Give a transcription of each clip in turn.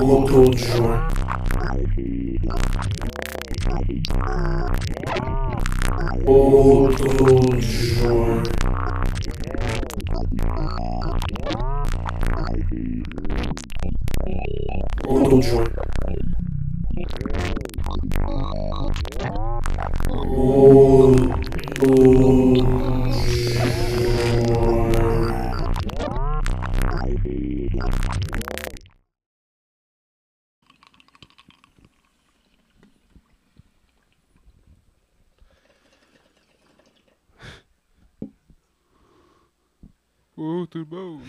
autour du joint. Autour du joint. Autour du joint. Autour du joint. Oh tout le monde!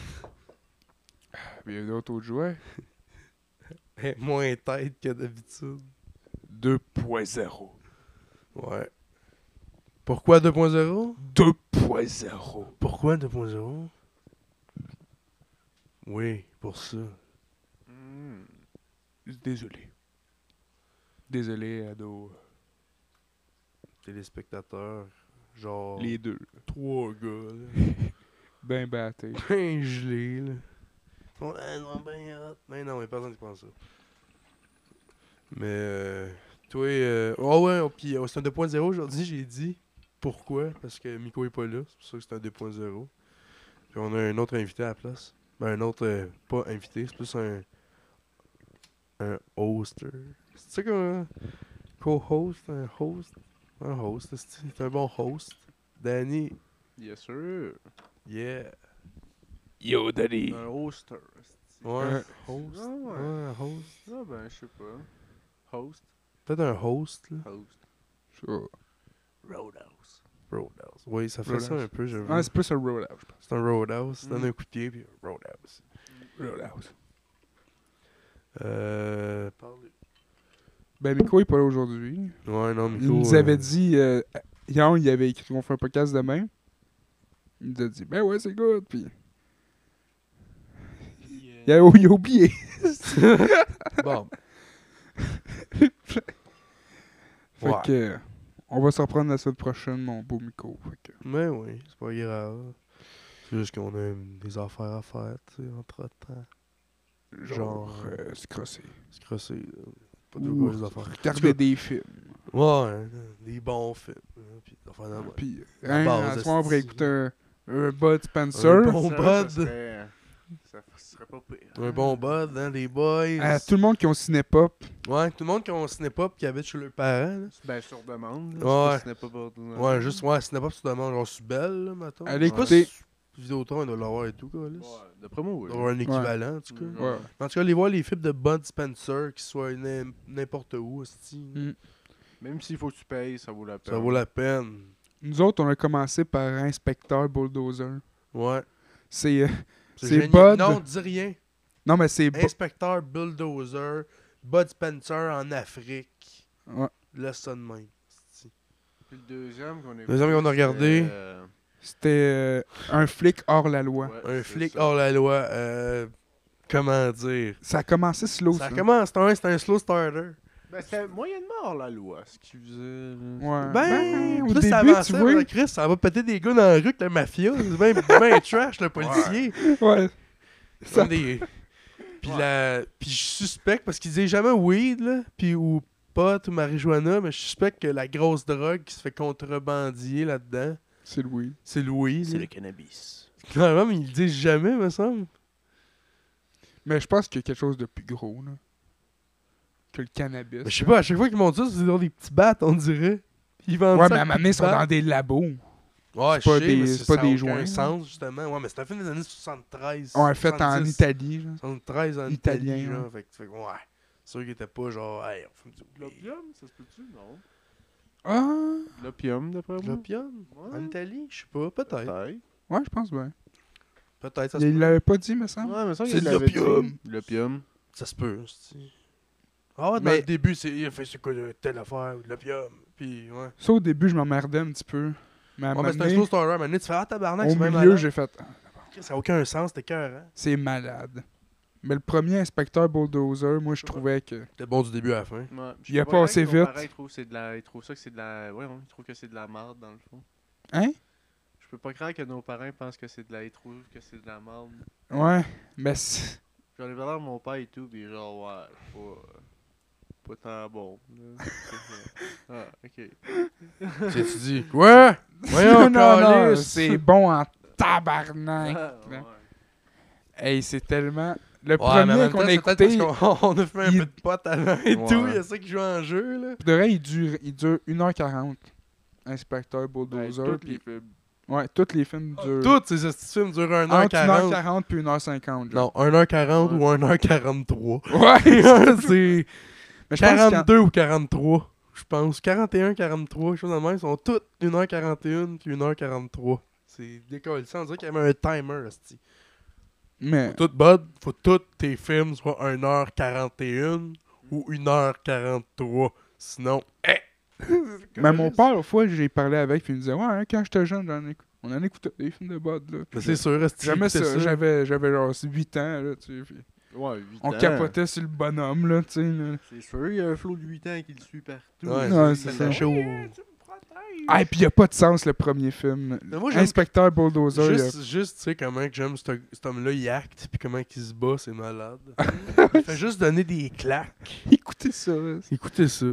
Bienvenue au taux de juin Mais Ben, moins tête que d'habitude. 2.0. Ouais. Pourquoi 2.0 2.0. Pourquoi 2.0 Oui, pour ça. Hmm. Désolé. Désolé à nos... Téléspectateurs, genre. Les deux. trois gars, là. Ben batté. Ben gelés, là. Ils sont, Ah, ils sont bien hot. Mais non, mais personne qui pense ça. Mais, euh, toi, euh, oh ouais, oh, puis euh, c'est un 2.0 aujourd'hui, j'ai dit. Pourquoi Parce que Miko est pas là, c'est pour ça que c'est un 2.0. Puis on a un autre invité à la place. Ben, un autre, euh, pas invité, c'est plus un. Un hoster. C'est ça comme. Co-host, un host. Un host, c'est c'est un bon host. Danny, Yes sir. yeah. Yo Danny. Un hoster. c'est-tu? Ouais, Un host. Ah ouais. Ouais, un host. Ah ben, je sais pas. Host. Peut-être un host, là. Host. Sure. Roadhouse. Roadhouse. Oui, ça fait ça Roadhouse. un peu, j'avoue. Ah, c'est Mhm. plus un rollout, je pense. c'est un Roadhouse. Mm. Donne un coup de pied, puis Roadhouse. Rollout. Euh... Ben Miko est pas là aujourd'hui. Ouais, non, mais Il nous avait dit... euh, hier, il avait écrit qu'on fait un podcast demain. Il nous a dit, ben ouais, c'est good, puis... Il a, il a oublié. Bon. Fait Ouais. que, on va se reprendre la semaine prochaine, mon beau Miko. Fait que, Mais oui, c'est pas grave. C'est juste qu'on a des affaires à faire, tu sais, entre-temps. genre, Genre, euh, se crosser. C'est crossé, là. Pas de Ou grosses affaires. Regarder des films. Ouais, hein, des bons films. hein, Puis, des affaires de même. Puis, La hein, base, à soir, on pourrait esti. écouter un, un Bud Spencer. Un bon- Mon bud. serait- Ça serait pas pire. Un bon bud, hein, les boys. À tout le monde qui ont ciné-pop, Ouais, tout le monde qui a un ciné-pop qui habite chez leurs parents, là. Ben, sur demande. Ouais. Là, si ce n'est pas pour Ouais, juste, ouais, ciné-pop, tout le monde, genre, c'est belle, là, mettons. Allez Je sais pas écouter. si Vidéotron, il doit l'avoir et tout, quoi, là. Ouais, D'après moi, Il oui. doit avoir un équivalent, en tout cas. Mm. ouais. En tout cas, allez voir les films de Bud Spencer, qui soient n'im- n'importe où, hostie. Mm. Même s'il faut que tu payes, ça vaut la peine. Ça vaut la peine. nous autres, on a commencé par Inspecteur Bulldozer. Ouais. C'est. euh, C'est génial. Bud. Non, dis rien. non, mais c'est. bu- Inspecteur Bulldozer, Bud Spencer en Afrique. Ouais. Laisse ça de même. hostie. Puis le deuxième qu'on a écouté, Deuxième qu'on a regardé. c'est, euh, C'était euh, un flic hors la loi. ouais, Un c'est flic ça. hors la loi. euh, comment dire Ça a commencé slow. Ça Ça commence, c'est un, c'est un slow starter. Ben, c'était moyennement hors la loi, ce qu'il faisait. là. Ouais. Ben, au plus début, ça tu avance, vois. Chris, ça va péter des gars dans la rue que le mafia. C'est ben, ben trash, le policier. Ouais. C'est comme des- Puis, la... Puis je suspecte, parce qu'il disait jamais weed, là, puis ou pot ou marijuana, mais je suspecte que la grosse drogue qui se fait contrebandier là-dedans, C'est Louis. c'est le weed. là. cannabis. Clairement, mais ils le disent jamais, me semble. Mais je pense qu'il y a quelque chose de plus gros, là. Que le cannabis. Mais je sais pas, à chaque fois qu'ils montent ça, c'est dans des petits battes, on dirait. Ils vendent Ouais, ça mais à à un moment donné, ils sont coups de dans des labos. batte. Ouais, c'est pas je sais, des- mais c'est ça- ça pas a des aucun joints, là. sens, justement. Ouais, mais c'est un film des années 73. On l'a fait en 70, Italie, genre. 73 en Italien, Italie, ouais. genre. Fait que, fait que, ouais. C'est sûr qu'ils étaient pas genre, hey, on fume du weed. L'opium, ça se peut-tu? Non. Ah! L'opium, d'après moi. L'opium Ouais. En Italie, je sais pas, peut-être. Peut-être. Ouais, je pense bien. Peut-être, ça se Il peut. l'avait pas dit, me semble. Ouais, mais ça, C'est il de l'avait dit. l'opium. L'opium. Ça se peut, c'est- Ah ouais, dans Mais- le début, c'est, il a fait c'est quoi euh, telle affaire, ou de l'opium. Puis, ouais. Ça, au début, je m'emmerdais un petit peu. Mais à un Ouais, moment mais c'est un donné, slow starter. Mais maintenant, tu fais, ah, tabarnak, au c'est même milieu, malade. j'ai fait Ah, Ça n'a aucun sens, t'es cœur, hein. c'est malade. Mais le premier inspecteur bulldozer, moi, je trouvais que. T'es bon du début à la fin. Ouais, je Il a suis pas passé correct, mon vite. parent, Il trouve, c'est de la... il trouve ça que c'est de la. Ouais, on- il trouve que c'est de la merde dans le fond. Hein? Je peux pas croire que nos parents pensent que c'est de la. Ils trouvent que c'est de la merde. Ouais. Mais c'est- J'en ai parlé à mon père et tout, pis genre, ouais, pas, euh, pas tant bon. là. ah, ok. J'ai-tu dit Quoi Voyons, non, non, non, câlisse. c'est bon en tabarnak. Ah, ouais. Hey, c'est tellement. Ouais, Le mais en premier même qu'on temps, a c'est peut-être écouté, parce qu'on- on a fait un il- peu de potes avant et Ouais. tout. Il y a ça qui joue en jeu, là. de vrai, il dure, il dure 1h40. Inspecteur Ben, Bulldozer. tous puis- les films. Ouais, tous les films durent. Ah, Toutes ces hosties de films durent entre 1h40. 1h40 puis 1h50. genre. Non, 1h40 Ouais. ou 1h43. Ouais! c'est Mais je pense que 42 ou 43, je pense. 41, 43, quelque chose de même. Ils sont toutes 1h41 puis 1h43. C'est décollissant. On dirait qu'il y avait un timer, hostie. quand- Mais. Tout bud, faut tous tes films soient 1h41 ou 1h43. Sinon, Mais mon père, une fois, j'ai parlé avec, puis il me disait, ouais, hein, quand j'étais jeune, j'en écou- on en écoutait des films de Bud, là. Mais Puis c'est sûr, hostie, Jamais c'est ça, j'avais, j'avais genre 8 ans, là, tu sais. puis Ouais, 8 on ans. capotait sur le bonhomme, là, tu sais. là. C'est sûr, il y a un flot de 8 ans qui le suit partout. Ouais, Non, c'est Ben c'est ça. ça. chaud. Ah, et puis il n'y a pas de sens, le premier film. Mais moi, j'aime- Inspecteur Bulldozer, il y a- Juste, juste tu sais, comment que j'aime cet cet homme-là, il acte, puis comment qu'il se bat, c'est malade. il fait juste donner des claques. écoutez ça, là, Écoutez ça.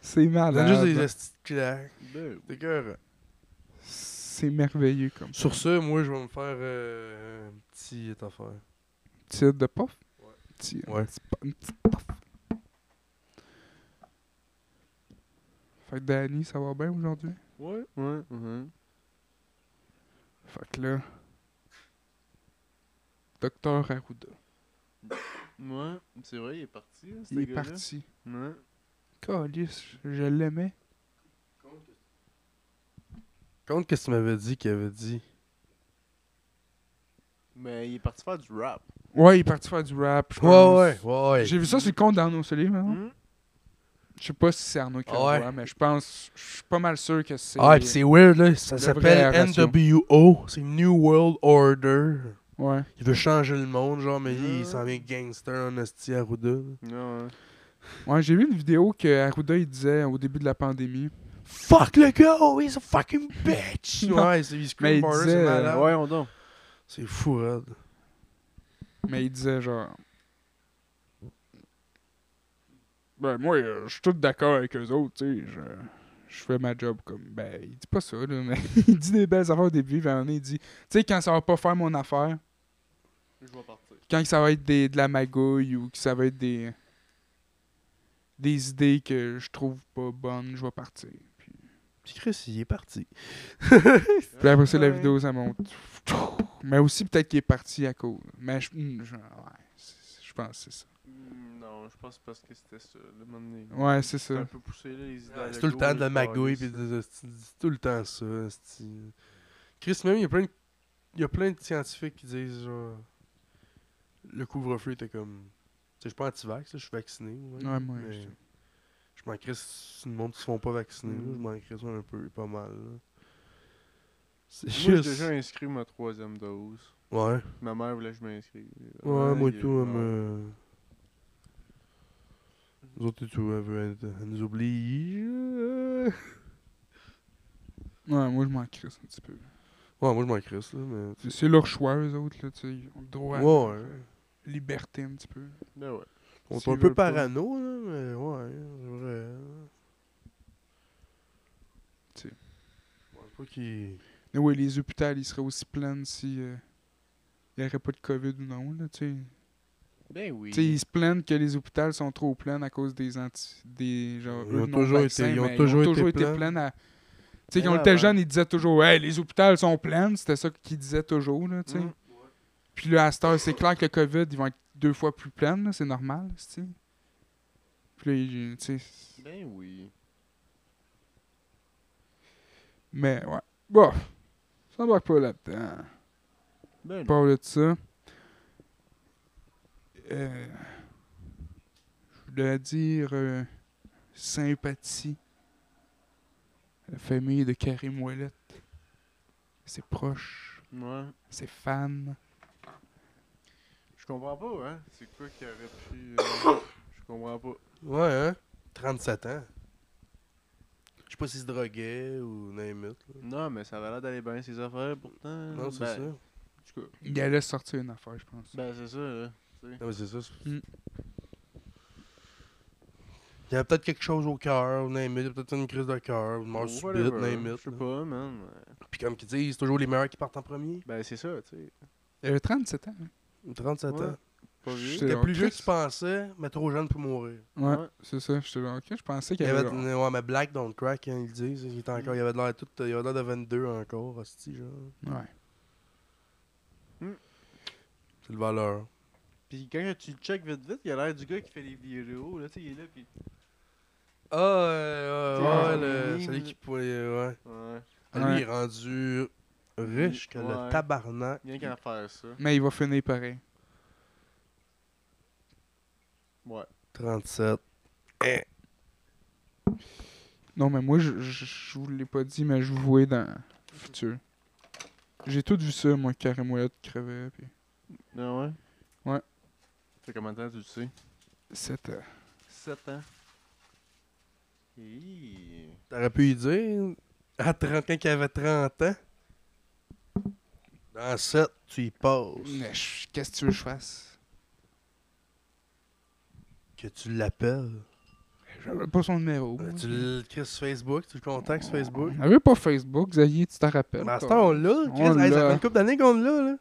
c'est Il donne juste malade. des hosties de claques. Ben, C'est écœurant. C'est merveilleux, comme Sur ce, moi, je vais me faire euh, un petit affaire. titre de pof. Ouais. Petit- Ouais. Une petite pof. Fait que Danny, ça va bien aujourd'hui? Ouais, ouais, mhm. Fait que là. Docteur Arruda. Ouais, c'est vrai, il est parti. Hein, ce Il est gars-là. parti. Ouais. Calice, je l'aimais. Compte qu'est-ce que tu m'avais dit qu'il avait dit. Mais il est parti faire du rap. Ouais, il est parti faire du rap. je Ouais, pense. ouais, ouais. J'ai vu ça sur le compte d'Arnaud Solé, maintenant. Hmm? Je sais pas si c'est Arnaud qui le Ouais. voit, mais je pense. Je suis pas mal sûr que c'est. Ah, pis c'est weird, là. Ça De s'appelle vraie ration. NWO. C'est New World Order. Ouais. Il veut changer le monde, genre, mais il- Ouais. il s'en vient gangster en hostie à Ruda. Hmm? Ouais, ouais. Ah. Ouais, j'ai vu une vidéo que Arruda il disait au début de la pandémie. Fuck le gars, oh, he's a fucking bitch! ouais, c'est il Mais scream il border, disait, c'est euh, malade. Ouais, on donne. C'est fou, Rod. Mais il disait genre. Ben, moi, euh, je suis tout d'accord avec eux autres, tu sais. Je, je fais ma job comme. Ben, il dit pas ça, là, mais il dit des belles affaires au début, puis à un moment donné, il dit. Tu sais, quand ça va pas faire mon affaire, Je vais partir. quand ça va être des, de la magouille ou que ça va être des. des idées que je trouve pas bonnes, je vais partir. Puis, Puis Chris, il est parti. puis après ça, la vidéo, ça monte. Mais aussi, peut-être qu'il est parti à cause. Mais je. hmm, je- ouais, c'est- je pense que c'est ça. Hmm, Non, je pense parce que c'était ça, le moment donné. Ouais, c'est ça. C'était un peu poussé, là, les idées. à C'est tout le go, temps de là, la magouille, c'est pis des hosties- c'est tout le temps ça, hostie. Chris, même, il y a plein de, il y a plein de scientifiques qui disent, genre, le couvre-feu était comme. Tu sais, je suis pas anti-vax, là, je suis vacciné. Ouais, moi, je mais sais. je m'en crisse si le monde qui se font pas vacciner, là, Mm. je m'en crisse un peu, pas mal. là. C'est ça. Moi, juste. j'ai déjà inscrit ma troisième dose. Ouais. Ma mère voulait que je m'inscrive. Ouais, moi et il- tout, elle non. me. Nous autres et tout, elle, veut être- elle nous oblige. Ouais, moi je m'en crisse un petit peu. Ouais, moi je m'en crisse, là, mais. C'est- C'est leur choix, eux autres, là, tu sais. Ils ont le droit à leur, Ouais, ouais. euh, liberté un petit peu. Ben ouais. On est S'ils un peu veulent pas. parano, là, mais ouais, c'est vrai. hein. Tu sais. Ouais, c'est pas qu'il. Mais ouais, les hôpitaux, ils seraient aussi pleins si. euh, il n'y aurait pas de COVID ou non, là, tu sais. Ben Tu oui. sais, ils se plaignent que les hôpitaux sont trop pleins à cause des anti. des genre. Ils eux, ont non toujours vaccins, été- ils ont mais toujours été pleins. pleins à. Tu sais, Mais quand on là, était avant. jeune, ils disaient toujours, hey, les hôpitaux sont pleins, c'était ça qu'ils disaient toujours, là, tu sais. Hmm. Puis là, à cette heure, c'est clair que le COVID, ils vont être deux fois plus pleins, là, c'est normal, tu sais. Puis là, ils- tu sais. Ben oui. Mais ouais. Bon. Ça va pas là-dedans. Ben On parle de ça. Euh, je voulais dire euh, sympathie. La famille de Karim Ouellet. Ses proches, oui. Ouais. ses fans. Je comprends pas, hein. C'est quoi qui aurait pu. euh, Je comprends pas. Ouais, hein? 37 ans. Je sais pas s'il se droguait ou name it, là. Non, mais ça avait l'air d'aller bien ses affaires pourtant. Non, c'est ben, ça. En tout cas. Il allait sortir une affaire, je pense. Ben, c'est ça, là. C'est- tu sais. Non, mais Ah c'est ça. c'est- Mm. Il y avait peut-être quelque chose au cœur, name it, peut-être une crise de cœur, une mort subite, Whatever, name Je sais it. là. pas, man. Puis comme qu'ils disent, c'est toujours les meilleurs qui partent en premier. Ben, c'est ça, tu sais. Il avait 37 ans. hein. 37 Ouais. ans. Pas vieux. J'étais T'es genre, plus vieux que Chris. tu pensais, mais trop jeune pour mourir. Ouais, Ouais. c'est ça. J'étais genre, ok, je pensais Il qu'il y avait. avait, genre- ouais, mais Black Don't Crack, hein, ils le disent. Il, était encore, il avait de l'air tout, il avait l'air de 22 encore, hostie, genre. Ouais. C'est le valeur. Pis quand tu le check vite vite, il a l'air du gars qui fait les vidéos, là, tu sais, il est là, pis. Ah, euh, ouais, Ouais, ouais, le, oui, celui oui. qui pouvait, ouais. Ouais. Lui, Ouais. il est rendu riche que le Ouais. tabarnak. Rien qu'à faire ça. hein. Mais il va finir pareil. Ouais. 37. Non, mais moi, je, je, je vous l'ai pas dit, mais je vous voyais dans le futur. J'ai tout vu ça, moi, Karim qui crevait, puis Non, Ah ouais? Ouais. Fait combien de temps tu le sais? 7 ans. 7 ans. Hi. T'aurais pu y dire, à 30 ans qu'il avait 30 ans, dans 7, tu y passes. Mais je- qu'est-ce que tu veux que je fasse? Que tu l'appelles. J'avais pas son numéro. Euh, moi. Tu le crises sur Facebook, tu le contactes sur Facebook. On avait pas Facebook, Xavier, tu t'en rappelles? Mais à ce pas? temps, on l'a, Chris. On Hey, ça l'a. fait une couple d'années qu'on l'a, là.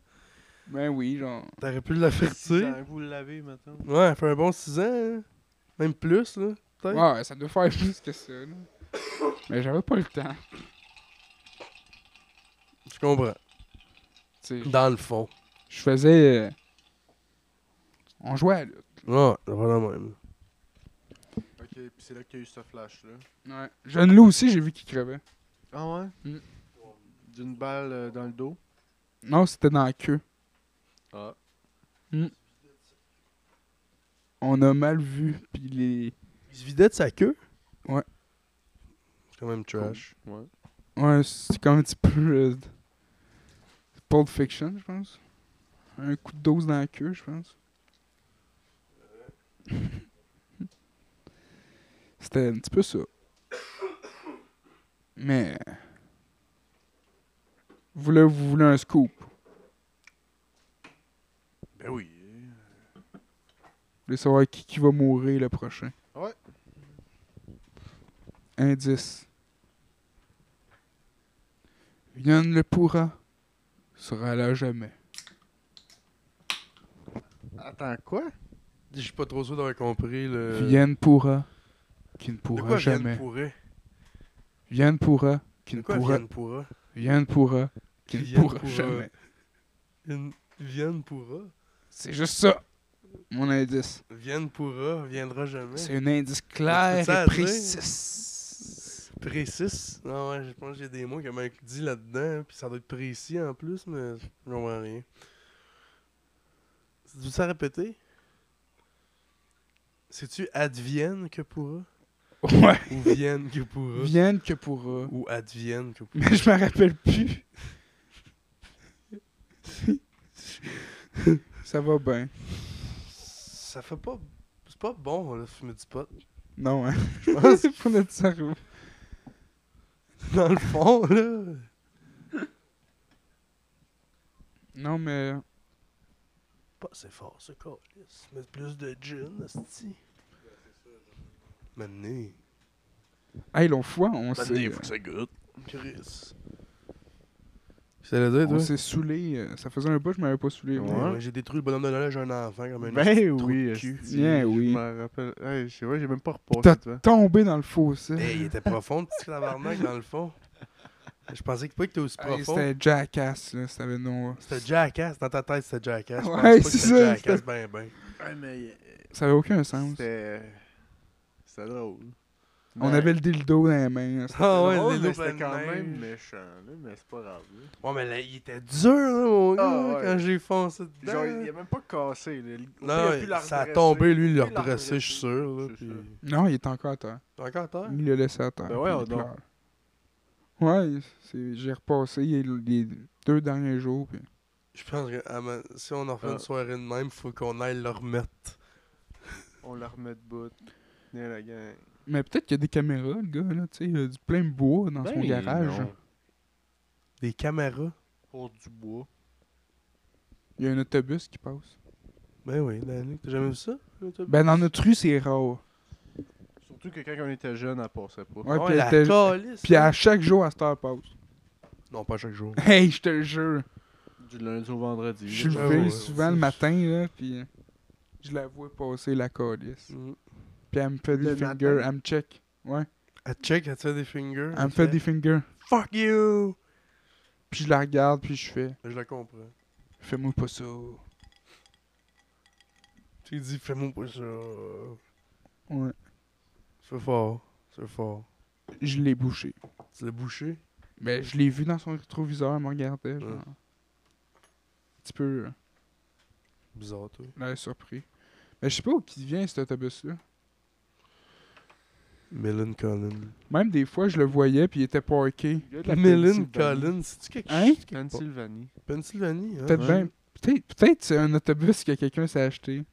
Ben oui, genre. T'aurais pu l'avertir. Genre, Vous l'avez maintenant. Ouais, ça fait un bon 6 ans, hein. Même plus, là. Peut-être. Ouais, ça doit faire plus que ça, là. Mais j'avais pas le temps, Je comprends. tu sais. Dans le fond. Je faisais. euh, On jouait à la lutte. Ouais, c'est vraiment même. Ok, pis c'est là que t'as eu ce flash là. Ouais. Jeune loup aussi, j'ai vu qu'il crevait. Ah ouais? Mm. D'une balle euh, dans le dos. Non, c'était dans la queue. Hmm. Ah. On a mal vu, puis les. Il se vidait de sa queue. Ouais. C'est quand même trash. Ouais. Ouais, c'est comme un petit peu. euh, Pulp Fiction, je pense. Un coup de dose dans la queue, je pense. C'était un petit peu ça. Mais. Vous, là, vous voulez un scoop. Vous Ben oui. voulez savoir qui, qui va mourir le prochain. Ouais. Indice. Rien ne le pourra. Sera là jamais. Attends, quoi? Je suis pas trop sûr d'avoir compris le. Vienne pourra, qui ne Euh, de pourra quoi jamais. Vienne pourrait. Vienne pourra, qui De ne quoi pourra. Vienne pourra. Vienne pourra, qui ne Vienne pourra pourra. jamais. Une- Vienne pourra. C'est juste ça, mon indice. Vienne pourra, viendra jamais. C'est un indice clair Peux-tu la et dire? précis. précis. Non, ouais, je pense que j'ai des mots qui m'a dit là-dedans, puis ça doit être précis en plus, mais je comprends rien. Tu ça répéter? C'est-tu advienne que pourra? Ouais. Ou vienne que pourra? Vienne que pourra. Ou advienne que pourra? Mais je me rappelle plus. ça va bien. Ça fait pas... C'est pas bon, là, fumer du pot. Non, hein. Je pense, C'est pour notre cerveau. dans le fond, là... Non, mais. Pas assez fort, ce calice. Mettre plus de gin, esti. Maintenant. Hey, l'on fout, on euh, s'est. ça goûte. Chris. Ça le dire, On s'est saoulé. euh, Ça faisait un bout, je m'avais pas saoulé. Ouais. moi. Ouais, j'ai détruit le bonhomme de Noël à un enfant comme un esti de Ben trou oui. de cul. esti, Bien oui. Je m'en rappelle. Hey, je sais, ouais, j'ai même pas T'as repassé devant. tombé dans le fossé. Hey, il était profond, le petit tabarnak, dans le fond. Je pensais que pas que t'étais aussi Ah, Hey, profond. C'était Jackass, là, ça avait non. C'était Jackass, dans ta tête c'était Jackass. Je Ouais, pensais pas que c'est c'était ça, Jackass, ben ben. Ouais, mais. euh, Ça avait aucun sens. C'était. C'était drôle. On Mais- avait le dildo dans les mains. là. Ah C'était ouais, drôle, les mais loups C'était quand pleines même neiges. méchant, là, mais c'est pas grave. là. Ouais, mais là, il était dur, là, mon gars, Ah, ouais. quand j'ai foncé dedans. Genre, il a même pas cassé. Là. Le- au pire, il a pu Ben, Non, la ça a redresser. tombé, lui, il l'a Il l'a redressé, je suis redressé. sûr. là, C'est puis- ça. Non, il est encore à terre. T'es encore à terre? Il l'a laissé à terre. Ben ouais, puis oh il donc. pleure. Ouais, c'est- j'ai repassé les, les deux derniers jours. puis- Je pense que ah, man, si on en fait Ah. une soirée de même, faut qu'on aille le remettre. On la remet de bout. Venez, la gang. Mais peut-être qu'il y a des caméras, le gars, là, tu sais, il a du plein de bois dans son Ben, garage. non. Des caméras. Pour du bois. Il y a un autobus qui passe. Ben oui, la nuque. T'as jamais vu ça? Ben, dans notre rue, c'est rare. Surtout que quand on était jeune, elle passait pas. Ouais, Oh, puis elle la était- calice, Puis hein. à chaque jour, à cette heure passe. Non, pas chaque jour. Hey, je te le jure. Du lundi au vendredi. Je suis Ah levé ouais, souvent le c'est- matin, là, puis je la vois passer la colisse. Mm. Puis elle me fait des Le fingers, matin? elle me check. Ouais, Elle check, elle tire des fingers. elle me fait des fingers. Fuck you! Puis je la regarde, puis je fais Ben, Je la comprends. Fais-moi pas ça. Tu dis, fais-moi pas ça. Ouais. C'est fort. C'est fort. Je l'ai bouché. Tu l'as bouché? Mais je l'ai vu dans son rétroviseur, elle me regardait. Genre. Ouais. Un petit peu, euh, Bizarre, toi. là, surpris. Mais Ben, je sais pas où qui vient cet autobus-là. Melon Collins. Même des fois, je le voyais, puis il était parké. Il y a de la Melon Pennsylvanie. Collins, c'est-tu quelque Hein? chose? Pennsylvanie. Pennsylvanie, hein? Peut-être Ouais. bien. Peut-être peut-être c'est un autobus que quelqu'un s'est acheté.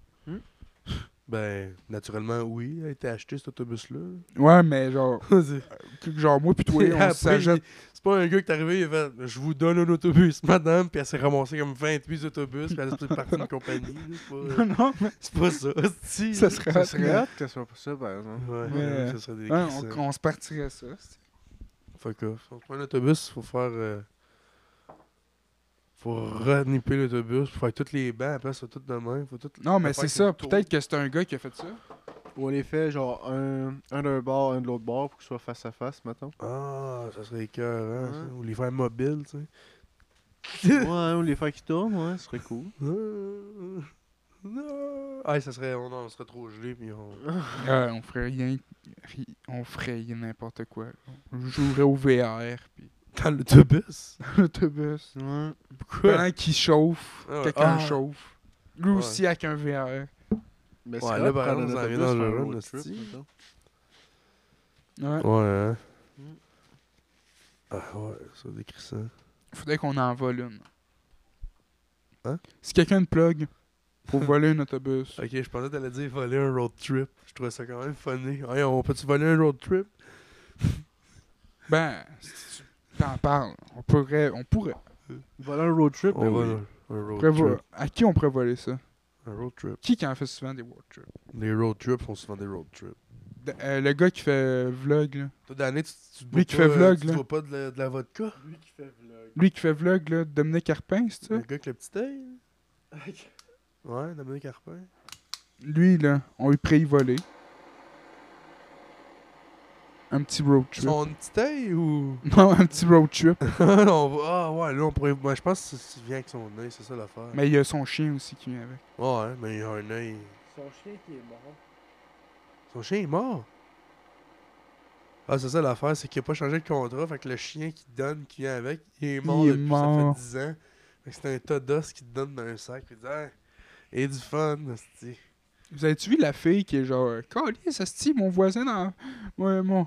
Ben, naturellement, oui, elle a été acheté cet autobus-là. Ouais, mais genre, C'est- genre moi, puis toi, on Après, s'achète. il- C'est pas un gars qui est arrivé, il a fait Je vous donne un autobus, madame, puis elle s'est ramassée comme 28 autobus, puis elle est partie d'une compagnie. là, C'est pas, Non, non, mais. c'est pas ça, hostie, Ça là. serait. Ça serait hâte que ce soit pas ça, par exemple. Ouais, Mais- ça serait des Ouais, crissants. on, on se partirait ça. c'est- Fuck off. On prend l'autobus, faut faire. euh, Faut reniper l'autobus, faut faire toutes les bancs, après, c'est tout de même. Faut tout... Non, mais Faut c'est faire ça. tout le Peut-être que c'est un gars qui a fait ça. Ou on les fait genre un, un d'un bord, un de l'autre bord pour qu'ils soient face à face, mettons. tour. Ah, ça serait écœurant, Ouais. ça. Ou les faire mobiles, tu ouais, hein, ou les faire qui tournent, ouais, ce serait cool. sais. Non. Ah, ça serait. On, on serait trop gelé, puis on. Euh, on ferait rien. ri- On ferait n'importe quoi. On jouerait au VR, puis Dans l'autobus l'autobus. Ouais. Pendant qu'il chauffe, Ah ouais. quelqu'un Ah. chauffe. Lui Ouais. aussi avec un VR. Mais Ouais, c'est là, là, par par exemple, exemple, ça autobus, devient faire un dangereux, road le trip, style. mettons. Ouais. Ouais, hein. Mm. Ah, ouais, ça décrit ça. Faudrait qu'on en vole une. Hein? Si quelqu'un te plug pour voler un autobus. Ok, je pensais que t'allais dire voler un road trip. Je trouvais ça quand même funny. Ouais, on peut-tu voler un road trip Ben, si tu t'en parles, on pourrait. On pourrait. Voilà un road trip, On mais vole oui. un, un road pourrait vo- trip. à qui on pourrait voler ça Un road trip. Qui qui en fait souvent des road trips Les road trips font souvent des road trips. D- euh, Le gars qui fait euh, vlog, là. Toi, Danny, tu, tu, te Lui bois qui pas, fait euh, vlog, tu te là. bois pas de la, de la vodka Lui qui fait vlog. Lui qui fait vlog, là, Dominique Carpin, c'est ça Le gars avec le petit œil là? Ouais, Dominique Carpin. Lui, là, on lui prie voler. Un petit road trip. Son petit œil ou. Non, un petit road trip. on va- Ah, ouais, là, on pourrait. Moi, je pense que ça vient avec son œil, c'est ça l'affaire. Mais il y a son chien aussi qui vient avec. Ouais, mais il a un œil. Son chien qui est mort. Son chien est mort. Ah, c'est ça l'affaire, c'est qu'il a pas changé de contrat. Fait que le chien qui te donne, qui vient avec, il est mort Il est depuis mort. ça fait 10 ans. Fait que c'est un tas d'os qui te donne dans un sac. Puis il dit, Ah, et du fun, hostie. Vous avez-tu vu la fille qui est genre Collier, ça se mon voisin dans. Ouais, mon.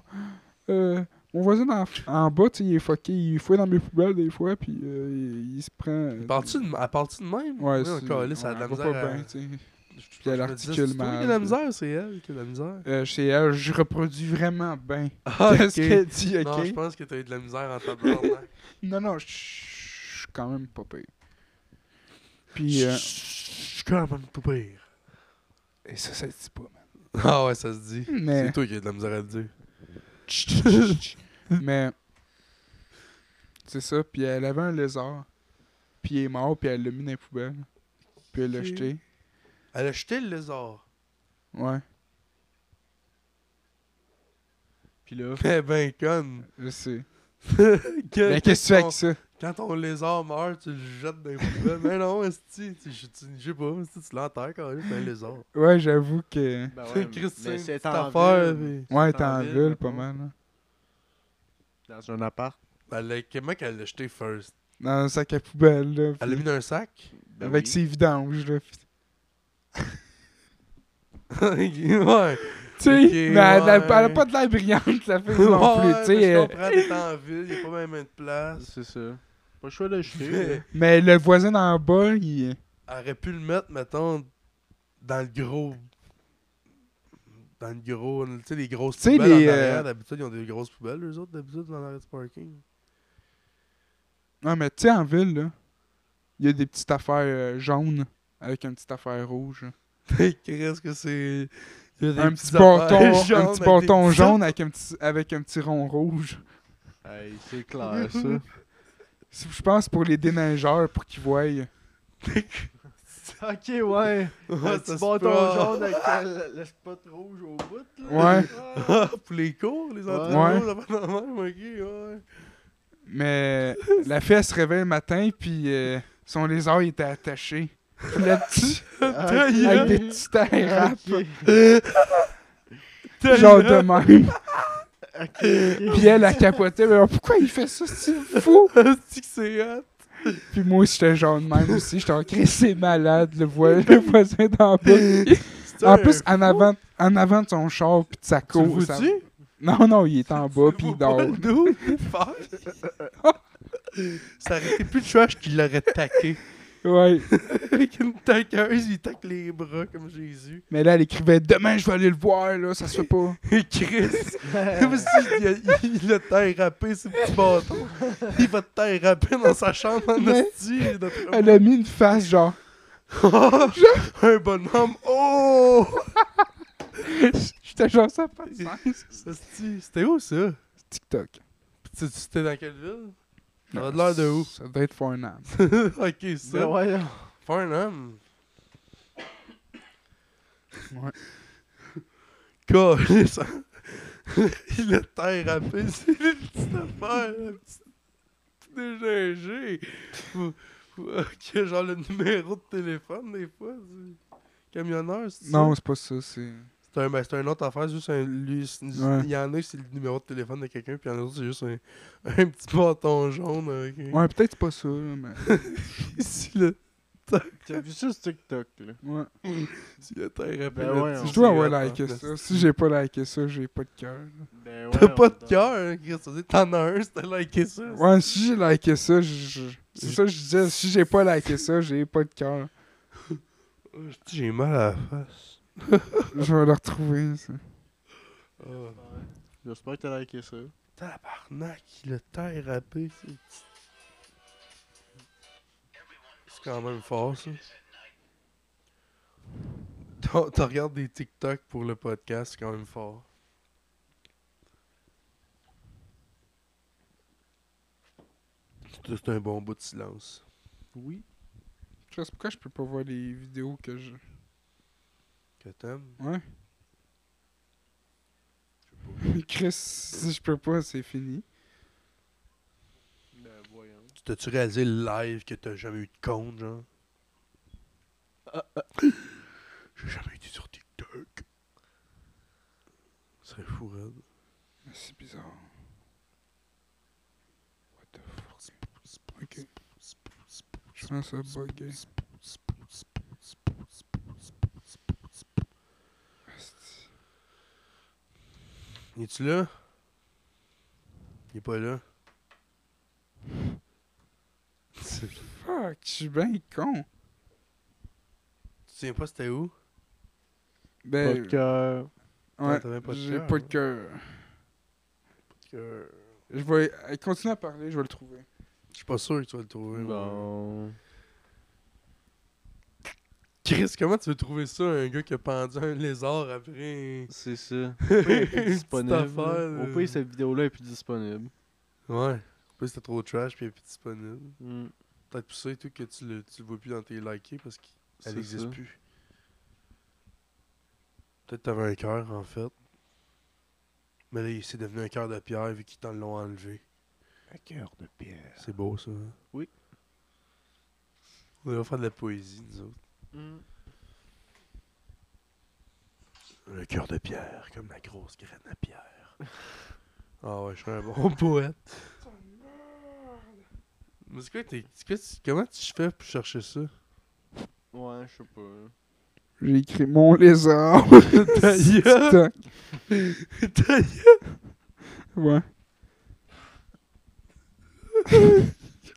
euh, mon voisin dans- en bas, tu sais, il est fucké, il fouille dans mes poubelles des fois, puis euh, il, il se prend. euh, Parles-tu de, elle parle-tu de même? Ouais, c'est... c'est. Encore, ça a ouais, de la elle va misère. pas à- bien, tu sais. Je- je- Puis elle je me disais, c'est toi qui a articule de la mal. misère, c'est elle qui a de la misère. Euh, chez elle, je reproduis vraiment bien. Ah, ok. Qu'est-ce qu'elle dit, ok? Non, je pense que t'as eu de la misère en tableau. Non, non, je je suis quand même pas pire. Puis, Je euh, suis quand même pas pire. et ça, ça se dit pas, man. Ah ouais, ça se dit. Mais, C'est toi qui as de la misère à le dire. mais, c'est ça. Puis elle avait un lézard. Puis il est mort, puis elle l'a mis dans les poubelles. Puis elle l'a Ok. jeté. Elle a jeté le lézard. Ouais, Puis là, Eh ben, conne. je sais. Que- Mais qu'est-ce que tu fais quand- avec ça? Quand ton lézard meurt, tu le jettes dans les poubelles. Mais non, esti, tu, je, tu, je sais pas, esti, tu l'enterres quand même, c'est un lézard. Ouais, j'avoue que. ben C'est ouais, Christine, mais petite c'est en affaire, ville, Ouais, C'est t'es en ville, ville, pas mettons. mal. là. Dans un appart. Ben, Elle l'a- comment qu'elle l'a jeté first? Dans un sac à poubelle, là. Elle l'a puis mis dans un sac? Ben Avec oui. ses vidanges, là. puis- ouais. Tu sais, Ok, mais elle a- elle a ouais. pas de l'air brillante, la fille non plus. ouais, Tu mais sais, euh, je comprends, euh, elle- t'es en ville, y'a pas même une place. Ah, C'est ça. Pas le choix de le jeter. Mais le voisin en bas, il. Elle aurait pu le mettre, mettons, dans le gros... Dans le gros... Tu sais, les grosses Tu sais, poubelles les, en arrière, euh, d'habitude, ils ont des grosses poubelles, eux autres, d'habitude, dans l'arrêt du parking. Ah, Non, mais tu sais, en ville, là, il y a des petites affaires euh, jaunes. avec une petite affaire rouge. Qu'est-ce que c'est. Il y a des Un petites petit bâton, affaires un jaunes petit avec bâton des petites- jaune avec un petit, avec un petit rond rouge. Hey, c'est clair, ça. C'est- Je pense pour les déneigeurs, pour qu'ils voient. ok, ouais. Ouais, Un ça petit se bâton peut. jaune avec euh, le, le spot rouge au bout. Là. Ouais. Ah, pour les cours, les Ouais. entraînements, ça va dans le même, ok, Mais la fille, elle se réveille le matin, puis euh, son lézard il était attaché. Puis le petit- Ah, Ah, ben avec des petits terres Ok. ouais. genre de même. Ok. Puis elle, elle capotait. Mais alors, pourquoi il fait ça, c'est fou? C'est que c'est hot. Puis moi aussi, j'étais genre de même aussi. J'étais en crise, c'est malade, le, voi- le voisin d'en bas. C'est En un- plus, en avant, en avant de son char, puis de sa tu le cour. ça- vois-tu? Non, non, il est en bas, Tu puis il le vois dort. pas, le dude? Fuck. Ça aurait été plus de trash qu'il l'aurait taqué. Ouais. Avec une taqueuse, il taque les bras comme Jésus. Mais là, elle écrivait Demain, je vais aller le voir, là, ça se fait pas. Et Chris, comme si il, a- il a terrapé ses petits bâtons. Il va te terrapper dans sa chambre en Mais- hostie. notre- Elle a mis une face, genre. Un bonhomme. Oh! J'étais genre, ça fait du sens. Hostie, C'était où ça? TikTok. Tu- tu- C'était dans quelle ville? Ça a de l'air de où? Ça doit être Farnham. ok, Ben ça. voyons. Farnham. Ouais. Calisse. Il a terrapé, c'est une petite affaire, un petit dégingé. Ou- ou- Ok, genre le numéro de téléphone des fois du camionneur, c'est ça? Non, c'est pas ça, c'est. C'est un, ben, c'est une autre affaire, juste un. lui, c'est- Ouais. Il y en a, c'est le numéro de téléphone de quelqu'un, puis il y en a d'autres, c'est juste un, un petit bâton jaune avec. un- Ouais, peut-être c'est pas ça, là, mais. Si le, T'as vu ça sur TikTok, là? Ouais. si le terre Ben ouais, on- Je dois avoir liké ça. Si j'ai pas liké ça, j'ai pas de cœur. Ben T'as voyons pas de donc. cœur, hein, Chris. ça veut dire que T'en as un, c'était liké ça. Ouais, si j'ai liké ça, je- je- c'est Je- ça que je disais. Si j'ai pas liké ça, j'ai pas de cœur. Oh, je- J'ai mal à la face. Je vais le retrouver, ça. Oh, J'espère que t'as liké ça. tabarnak, il a terrapé. c'est- C'est quand même fort, ça. T'en t'en regardes des TikTok pour le podcast, c'est quand même fort. C'est c'est un bon bout de silence. Oui. Je sais pourquoi je peux pas voir les vidéos que je. Que t'aimes? Ouais. Chris, si je peux pas, c'est fini. Ben voyons. Tu T'as-tu réalisé le live que t'as jamais eu de compte, genre? J'ai jamais été sur TikTok. C'est fou, raide. Mais C'est bizarre. What the fuck? Ok. Je pense que ça a bugué. Asti. Es-tu là? Il est pas là. tu tu Fuck, je suis bien con. te souviens pas c'était où? Pas Ben, de cœur. ouais, t'avais pas de j'ai cœur, pas de hein. cœur. Que- Je vais euh, continuer à parler, je vais le trouver. Je suis pas sûr que tu vas le trouver. moi. Bon. Chris, comment tu veux trouver ça, un gars qui a pendu un lézard après? C'est ça. Au pire, elle est plus Petite disponible. affaire, là. Au euh. pire, cette vidéo-là est plus disponible. Ouais. En plus, c'était trop trash puis il est plus disponible. Hmm, Peut-être pour ça et tout que tu le, tu le vois plus dans tes likés parce c'est qu'elle n'existe ça. plus. Peut-être que t'avais un cœur en fait. Mais là, il- c'est devenu un cœur de pierre vu qu'ils t'en l'ont enlevé. Un cœur de pierre. C'est beau ça. hein? Oui. On va faire de la poésie, nous autres. Le cœur de pierre, comme la grosse graine à pierre. ah ouais, je suis un bon poète. Mais c'est quoi, t'es- c'est quoi tu- comment tu fais pour chercher ça? Ouais, je sais pas. J'ai écrit mon lézard. Ta gueule! TikTok. Ta gueule! Ouais.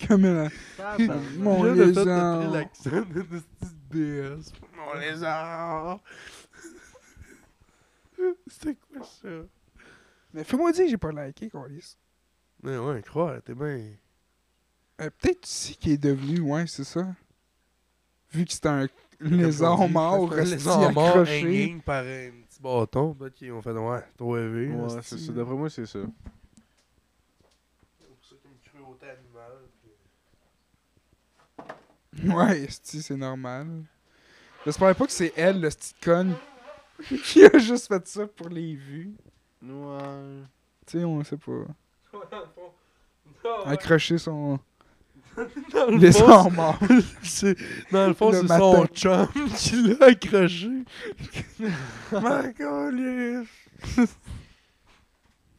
Comme euh, elle Mon Là, le fait de lézard. pris l'accent de notre petite BS. Mon lézard. C'était quoi ça? Mais fais-moi dire que j'ai pas liké, Carlis. Mais ouais, croire, t'es bien. Euh, Peut-être tu sais qu'il est devenu, ouais, c'est ça. Vu que c'était un, les armes morts, les restés armes morts, accrochés. hanging par un petit bâton. Peut-être qu'ils ont fait, ouais, trop élevé. là, Ouais, c'est- c'est ça. D'après moi, c'est ça. C'est pour ça qu'il y a une cruauté animale. puis- Ouais, esti, c'est normal. J'espère pas que c'est elle, le petite conne, qui a juste fait ça pour les vues. Ouais. Tu sais, on sait pas. Ouais, dans le fond. Non, ouais. Accrocher son. Dans le Les fond, armes morts. c'est- Dans le fond, Le c'est matin. son chum qui l'a accroché. Ma colisse.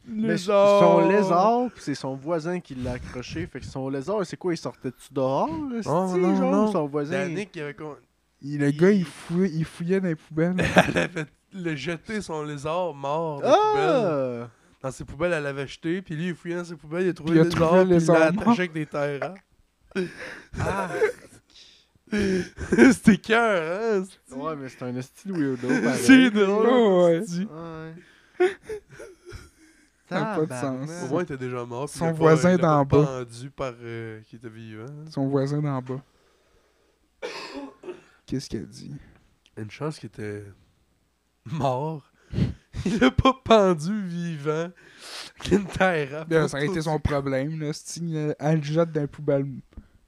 Mais c'est son lézard, pis c'est son voisin qui l'a accroché. Fait que son lézard, c'est quoi Il sortait-tu dehors là, Oh, c'ti, non, genre, non. ou Son voisin. Danick, il avait con- Il- le gars, il fouillait, il fouillait dans les poubelles. elle avait le jeté son lézard mort dans, les poubelles. Ah dans ses poubelles. Elle l'avait jeté, puis lui, il fouillait dans ses poubelles, il a trouvé Puis il le lézard, a puis trouvé il le l'a lézard mort. attaché avec des terres. hein. C'était cœur, hein? Ouais, mais c'est un esti de weirdo. pareil. C'est drôle. Oh, ouais. c'est-tu. Ouais. Ça a pas de sens. Ah. Au moins, il était déjà mort. puis Son il a pas- voisin il a pas d'en bas. pendu par euh, qui était vivant. Son voisin d'en bas. Qu'est-ce qu'elle dit? Une chance qu'il était mort. Il l'a pas pendu vivant. Qu'une terre. hein. Bien, Ben, ça a été son problème, là. esti, Elle le jette dans les poubelles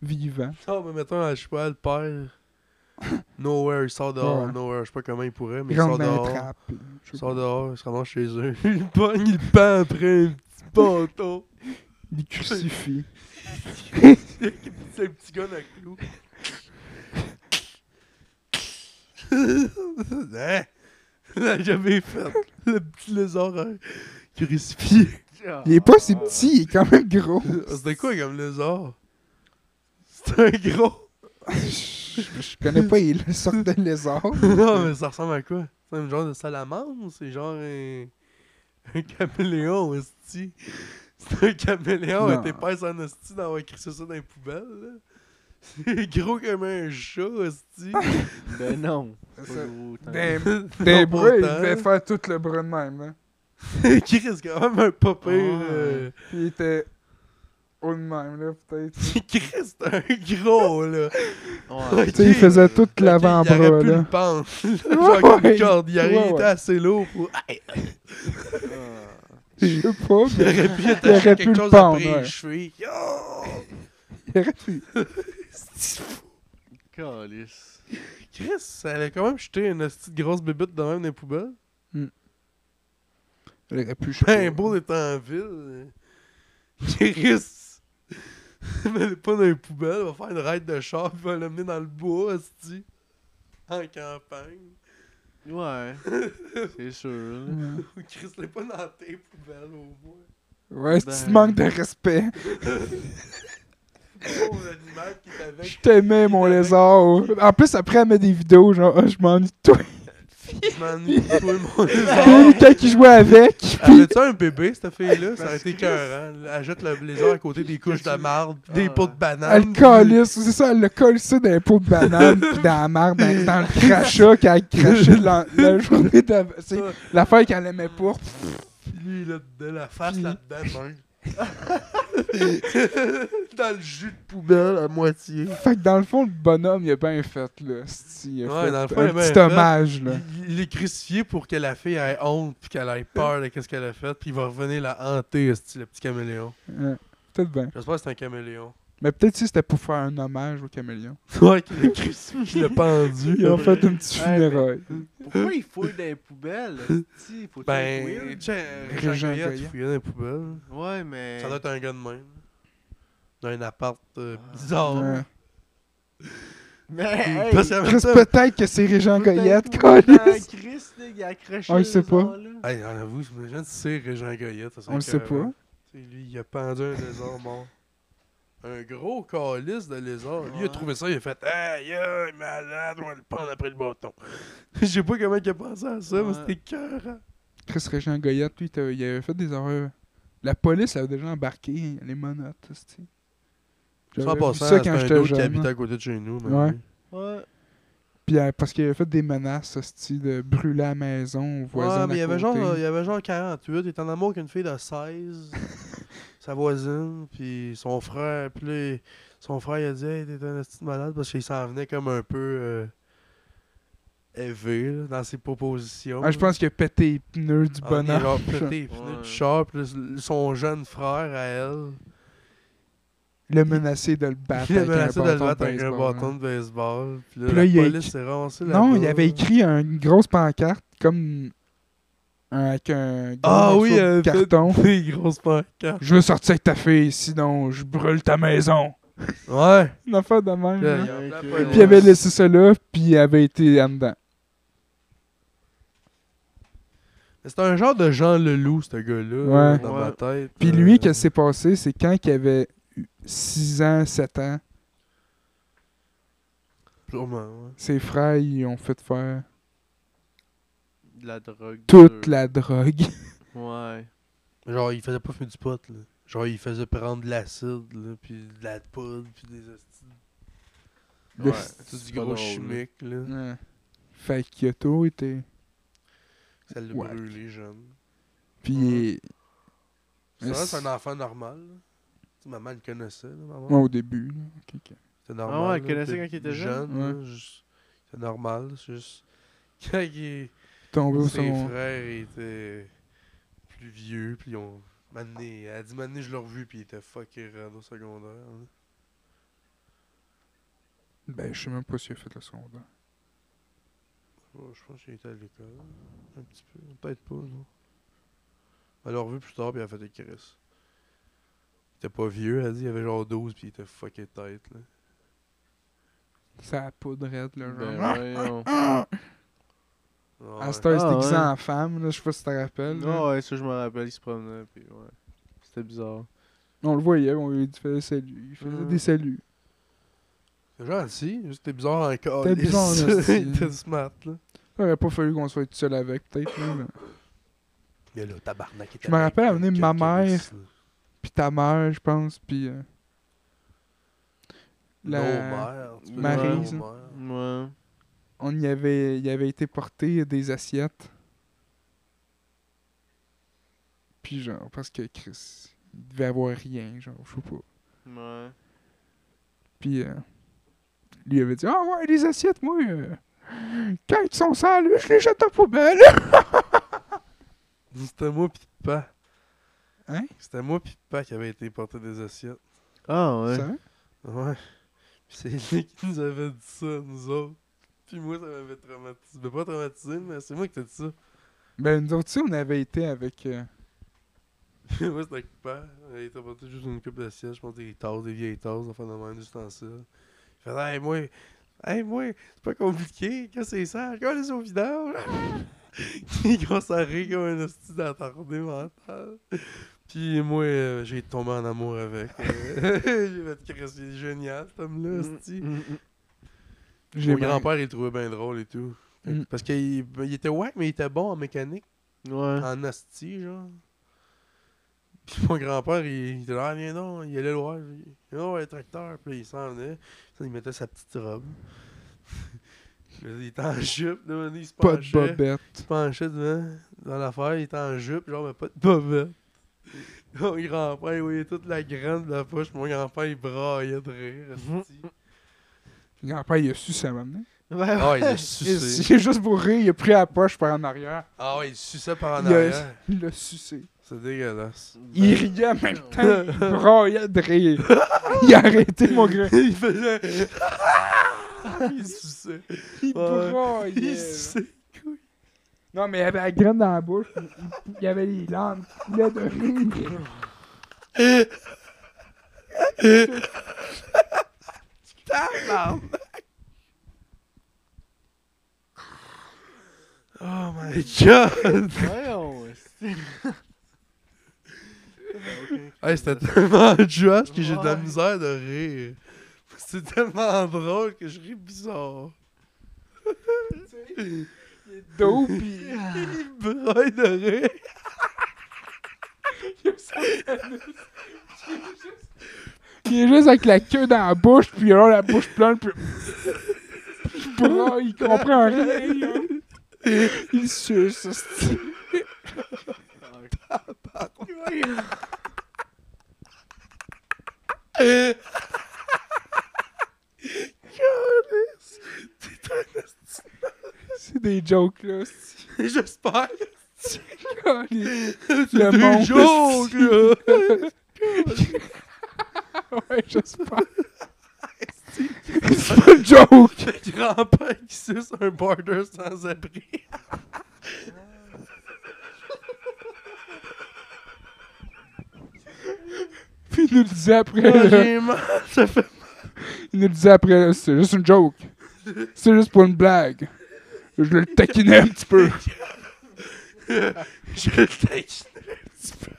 vivant. Non, mais mettons à cheval, père. Nowhere, il sort dehors. Ouais. Nowhere, je sais pas comment il pourrait, mais Il il rentre sort dans dehors. les trappes. puis je Il sais pas. sort dehors, il se ramasse chez eux. Il le pogne, il le pend après un petit bâton. Il les crucifie. C'est un petit gun à clou. hein? Là, j'avais fait le petit lézard hein, crucifié. Il est pas si petit, il est quand même gros. C'était quoi comme lézard? C'était un gros. je, je connais pas il- la sorte de lézard. non, mais ça ressemble à quoi? C'est un genre de salamandre? C'est genre un. Un caméléon, esti. C'est un caméléon, Non. elle était pas en esti d'avoir crissé ça dans les poubelles, là. C'est gros comme un chat, esti. Ah, Ben non. Pas Ça- Ben, gros, tant Des, mieux. Non, pas des bras, il autant. devait faire tout le bras de même. Hein. qui risque quand même un pas pire. Ouais. euh, Puis Il était haut de même, là, peut-être. qui risque un gros, là. Ouais. Tu sais, il faisait tout Il aurait l'avant-bras, pu le là. pendre. là, Genre comme Ouais. une corde, il aurait Ouais, été ouais. assez lourd pour. Ah. Je sais pas, Il mais aurait pu Il aurait attacher pu quelque le chose pendre, après les ouais. chevilles. Oh! il aurait pu. Calice. Chris, ça avait quand même jeté une petite grosse bébite de même dans les poubelles. Il aurait pu, je sais Ben pas. beau d'être en ville. Chris! Mais elle est pas dans les poubelles, elle va faire une raide de char, puis va l'amener dans le bois, esti. En campagne. Ouais. C'est sûr. là. Ouais. Ou Chris, l'est pas dans tes poubelles au moins. Ouais, c'est un petit Ben. manque de respect. Pauvre animal qui est Je avec. t'aimais, mon lézard. En plus, après, elle met des vidéos, genre, Ah, je m'ennuie de toi. Je m'ennuie de toi, mon lézard. Quand il jouait avec, puis Ah, Avait-tu un bébé, cette fille-là? Ça aurait Parce été que- cœur, hein? Elle jette le lézard à côté des couches de marde, pis des Ah. pots de banane. elle le calisse. C'est ça, elle le collissait dans les pots de banane, puis dans la marde, dans, dans le crachat qu'elle crachait la, la journée d'avant. C'est l'affaire qu'elle aimait pas. Pis lui, là, de la face Puis- là-dedans, man. dans le jus de poubelle à moitié. Fait que dans le fond, le bonhomme, il a bien fait, là. c'ti, Il a Ouais, fait dans le fond, il a un bien petit fait. hommage, là. Il, il est crucifié pour que la fille ait honte, pis qu'elle ait peur de qu'est-ce qu'elle a fait, pis il va revenir la hanter, esti, le petit caméléon. Ouais, Peut-être bien. J'espère que c'est un caméléon. Mais peut-être si c'était pour faire un hommage au caméléon. Ouais, qui l'a crucifié, qui l'a pendu. Ils ont fait une petite Ouais, mais- funéraille. Pourquoi il fouille dans les poubelles? esti? Faut-tu Ben, être weird? tu sais, Richard Régent Goyette, il Goyette. fouillait dans les poubelles. Ouais, mais. Ça doit être un gars de même. Dans un appart euh, Ah. bizarre. Ouais. Mais. Parce que- Chris, peut-être que c'est Régent Goyette, calisse. Chris, là, il a accroché. Ah, je sais le pas. lézard, là. Hey, on avoue, j'imagine si c'est Régent Goyette. ça serait On le sait écœurant. pas. Tu sais, lui, il a pendu un lézard mort. Un gros calice de lézard. Lui, il a Ouais. trouvé ça, il a fait Aïe, aïe, malade, on va le prendre après le bâton. Je sais pas comment il a pensé à ça, mais Ouais. c'était cœur. Chris Régent Goyette, lui, t'as- il avait fait des erreurs. La police avait déjà embarqué les monotes, c'ti. Sans J'avais vu passant, ça c'est quand un j'étais autre qui jeune. habitait hein. à côté de chez nous. mais Ouais. oui. Ouais. Puis euh, parce qu'il avait fait des menaces, c'ti, de brûler la maison aux voisins Ouais, mais il y à avait genre, côté. euh, il y avait genre 48, il était en amour avec une fille de 16, sa voisine, puis son frère, puis là, son frère il a dit hey, t'es un petit malade parce qu'il s'en venait comme un peu euh, élevé là, dans ses propositions. Ah, je pense que péter les pneus du Ah, bonheur. il a pété les pneus Ouais. du char, puis là, son jeune frère à elle. Le menacé de le battre. Il a Ben, avec menacé un de le bâton battre avec un baseball, hein. bâton de baseball. Puis là, Puis là, la il a police écrit- s'est ramassée là Non, il avait écrit un- une grosse pancarte comme un- avec un gros Ah morceau oui, de elle a fait carton. Des grosses pancartes. Je veux sortir avec ta fille, sinon je brûle ta maison. Ouais. Une affaire de même. hein. Là, là. il a appelé la Et police. Puis il avait laissé ça là, puis il avait été en dedans. C'est un genre de Jean Leloup, ce gars-là, Ouais. dans Ouais. ma tête. Puis lui, Euh, qu'est-ce qui s'est passé, c'est quand il avait 6 ans, 7 ans, Sûrement, ouais. ses frères, ils ont fait faire De la drogue. toute dure. la drogue. Ouais. Genre, il faisait pas fumer du pot, là. Genre, il faisait prendre de l'acide, là, puis de la poudre, puis des hosties Le Ouais, f- C'est du pas gros drôle, là. chimique, là. Ouais. Fait qu'il a tout été. Ça l'a Ouais. brûlé jeune. Puis Mhm. il est- C'est vrai, c'est c'est- un enfant normal. là. Tu sais, maman le connaissait, là, maman. Ouais, au début. là. Ok, ok. C'était normal. Ah ouais, elle là, connaissait t'es quand il était jeune? là, Ouais. juste- C'est normal, c'est juste... Quand il est- Tombé au ses second. frères étaient plus vieux, puis ils ont... Mané, elle a dit, Mané, je l'ai revu, puis il était fucké rando secondaire. là. Ben, je sais même pas s'il a fait le secondaire. Ouais, je pense qu'il était à l'école. Un petit peu. Peut-être pas, non. Elle l'a revu plus tard, puis elle a fait des caresses. Il était pas vieux, elle a dit. Il avait genre 12, puis il était fucké de tête, là. Ça a poudrette, là. Genre. Ah! Ben voyons. Ouais. À cette heure, il s'est Ah, déguisé ouais. en femme, là, je sais pas si tu te rappelles. là. Ah ouais, ça je me rappelle, il se promenait, puis ouais. C'était bizarre. On le voyait, on lui faisait des saluts. Il faisait Mm. Ouais. des saluts. C'est gentil, juste t'es bizarre encore. T'es bizarre, en esti. Il était smart, là. Il aurait pas fallu qu'on soit tout seul avec, peut-être. là, mais- Il est là, tabarnak. il est Je me avec rappelle, à comme venir de ma quelqu'un mère. d'ici, là. Puis ta mère, je pense, puis... euh, la- Nos mères, tu peux Marie, dire ça. nos mères. Ouais. On y avait, il avait été porté des assiettes. Puis genre, parce que Chris, il devait avoir rien, genre, je sais pas. Ouais. Puis euh, lui avait dit Ah ouais, les assiettes, moi, euh, quand ils sont sales, je les jette à la poubelle. C'était moi pis pas. Hein? C'était moi pis pas qui avait été porter des assiettes. Ah ouais. Ça, hein? Ouais. Puis c'est lui qui nous avait dit ça, nous autres. Puis moi, ça m'avait traumatisé. Ben, pas traumatisé, mais c'est moi qui t'ai dit ça. Ben, nous autres, tu sais, on avait été avec. euh, Puis moi, c'était coupant. Il t'a porté juste une coupe d'assiette, je pense des tasses, des vieilles tasses, enfin de même, juste en ça. Il fait, hey, moi, hey, moi, c'est pas compliqué, que c'est ça, je vais aller au vidange. Il commence à rire comme un hostie d'attardé mental. Puis moi, euh, j'ai tombé en amour avec. Euh, j'ai fait que c'est génial, cet homme-là, hostie. Mm. Mm, j'ai Mon grand-père, il le trouvait bien drôle et tout. Mm. Parce qu'il il était wack, mais il était bon en mécanique, mm. Ouais. Hein? en hostie, genre. Puis mon grand-père, il, il était là, ah, viens donc, il allait le voir. Il il allait voir le tracteur, puis il s'en venait. Ça, il mettait sa petite robe. il était en jupe, là, il se Pas de penchait. bobette. Il se penchait devant, dans l'affaire, il était en jupe, genre, mais pas de bobette. Mon grand-père, il voyait toute la graine de la poche, mon grand-père, il braillait de rire, hostie. Mon grand-père, il a su ça m'amener. Ouais. Ah, il l'a Il sucé. s'est juste bourré, il a pris la poche par en arrière. Ah ouais, il suçait par en Il a- arrière. Ben. Il l'a sucé. C'est dégueulasse. Bah, Il riait en même temps, il braillait de rire. Il a arrêté mon grand. il faisait. Ah, il suçait. Il Ouais. braillait. Il suçait. Non, mais il avait la graine dans la bouche, il- il- il avait les larmes qui coulaient de rire. Oh my god! Voyons, esti. Hey, c'était tellement trash que j'ai de la Ouais. misère de rire. C'est tellement drôle que je ris bizarre. il D'eau, pis braille de rire. il est juste avec la queue dans la bouche, puis il a la bouche pleine, puis. Il braille, il comprend rien, là. Il suce, hostie. Calisse. T'es un esti- ces jokes-là. c'est- J'espère. Caliste. C'est Le monde, des jokes, là. ouais, j'espère. C'est pas une joke. Le grand-père qui suce un border sans abri. Puis il nous le disait après. Ah, là. J'ai mal, ça fait Il nous disait après, là, c'est juste une joke. C'est juste pour une blague. Je le taquinais un petit peu. Je le taquinais un petit peu.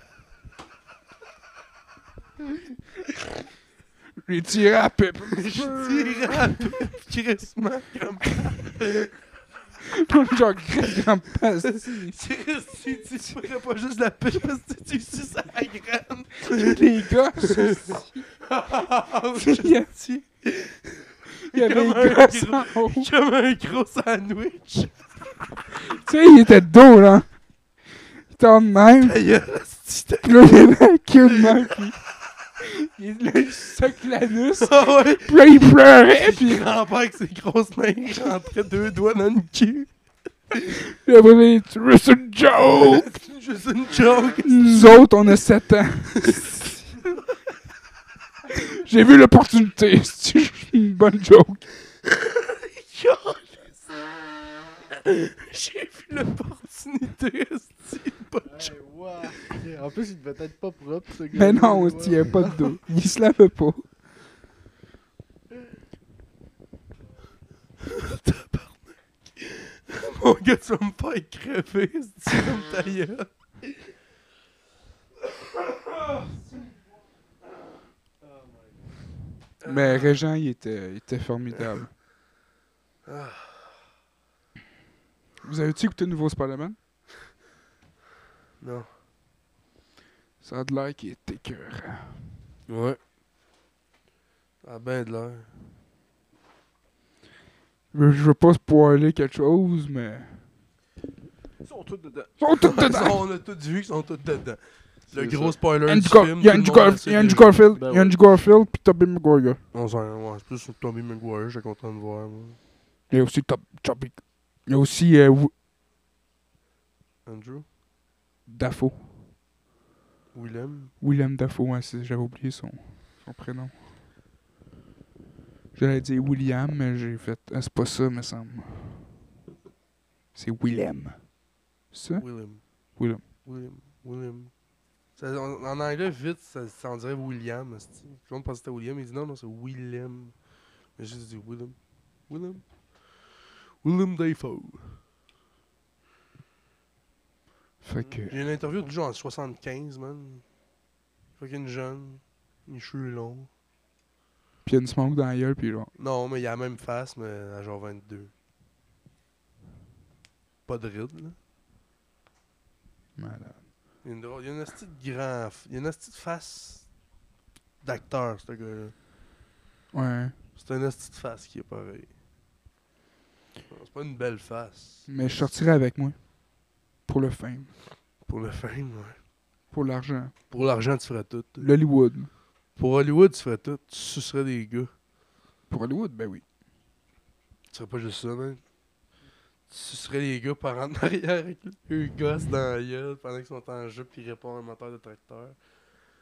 Je l'ai tiré à la pipe. Je dirais à Pip crissement comme Genre, grand-père, si tu ferais pas juste la pipe parce que tu suces à la graine. les gosses. Il y a- il y avait Comme les un gosses gros- en haut. Comme un gros sandwich. Tu sais, il était de dos, là. Il était en même. D'ailleurs, euh, si t'as- Pis là, il avait la queue de même. Pis il, là, il soque l'anus. Ah ouais! Pis là, il pleurait. Puis Pis grand-père avec ses grosses mains il rentrait deux doigts dans le cul. il avait dit « C'est une joke! Juste une joke. » Nous autres, on a 7 ans. J'ai vu l'opportunité. C'est une bonne joke. J'ai vu l'opportunité, esti, bonne joke. En plus, il devait être pas propre, ce gars. Mais non, euh, on se tient pas de dos. Il se lavait pas. Mon gars, tu vas me faire crever, esti, comme ta gueule. Mais Régent, il était, il était formidable. Vous avez-tu écouté le nouveau Spider-Man? Non. Ça a de l'air qu'il est écœurant. Ouais. Ah ben de l'air. Je veux pas spoiler quelque chose, mais... Ils sont tous dedans. Ils sont tous Ça, dedans! on a tous vu qu'ils sont tous dedans. Le C'est gros ça. spoiler Andrew du Gar- film. Il y a tout le Andrew monde Gar- sait il y a déjà. Andrew Ben Garfield, il y a ouais. Andrew Garfield, puis Tobey Maguire. On s'en ouais, c'est plus sur Tommy McGuire, j'étais content de voir. Moi. Il y a aussi Tob- Tobey... Il y a aussi euh, Wi- Andrew? Dafoe. Willem? William Dafoe, ouais, c'est- j'avais oublié son, son prénom. J'allais dire William, mais j'ai fait. Ah, c'est pas ça, me semble. C'est William. C'est ça? Willem. William. William. William. Ça, on- en anglais, vite, ça, ça en dirait William. esti. Tout le monde pensait que c'était William. Il dit non, non, c'est Willem. Mais j'ai dit Willem. Willem. Willem Dafoe. Fait que. J'ai une interview du genre en 75, man. Fucking jeune. Les cheveux longs. Pis il y a une smoke dans la gueule, pis genre. Non, mais il a la même face, mais à genre 22. Pas de rides, là. malade. Il y a une, drôle- il y a une esti de grand. Il y a une esti de face d'acteur, ce gars-là. Ouais. C'est un esti de face qui est pareil. C'est pas une belle face. Mais je sortirais avec moi. Pour le fame. Pour le fame, ouais. Pour l'argent. Pour l'argent, tu ferais tout. L'Hollywood. Pour Hollywood, tu ferais tout. Tu sucerais des gars. Pour Hollywood, ben oui. Tu serais pas juste ça, man. Tu sucerais les gars par en arrière avec le gosse dans la gueule pendant qu'ils sont en jeu pis ils répondent à un moteur de tracteur.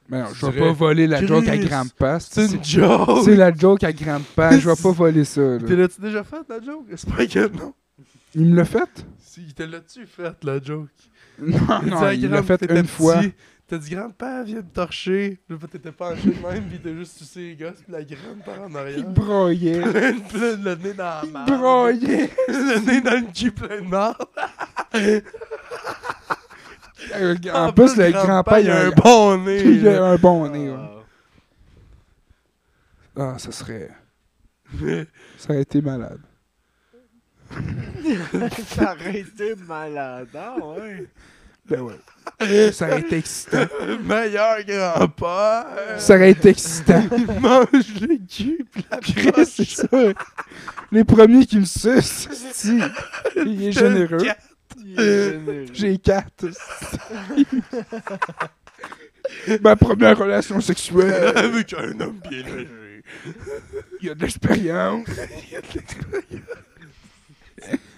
Mais non, Tu je vais dirais, pas voler la joke à Chris, Grandpa. C'est C'est une joke! c'est la joke à Grandpa. Je vais pas voler ça, T'es là. là-tu déjà faite, la joke? J'espère que non. Il me l'a fait? Si, t'es là-tu faite, la joke? Non, Il Ah non, disait à il l'a Graham, fait t'étais une fois. petit, T'as dit grand-père, viens me torcher. Là, pis t'étais penché de même, pis t'as juste sucé les gosses, pis la grand-père en Il arrière. broyait. Plein de plein de le nez dans la marde. broyait. Le nez dans le cul plein de marde. Euh, En plus, le grand-père, il a un bon, bon nez. il a là. un bon nez. ouais. Ah, ça serait. Ça aurait été malade. Ça aurait été malade, ah ouais. Ben ouais. Ça aurait été excitant. Meilleur grand-père. Ça aurait été excitant. Il mange le cul, pis la Chris, c'est poche. ça. Les premiers qui me sucent, si. Il est généreux. Il est généreux. J'ai quatre. Ma première relation sexuelle. Avec un homme bien âgé. Il y a de l'expérience.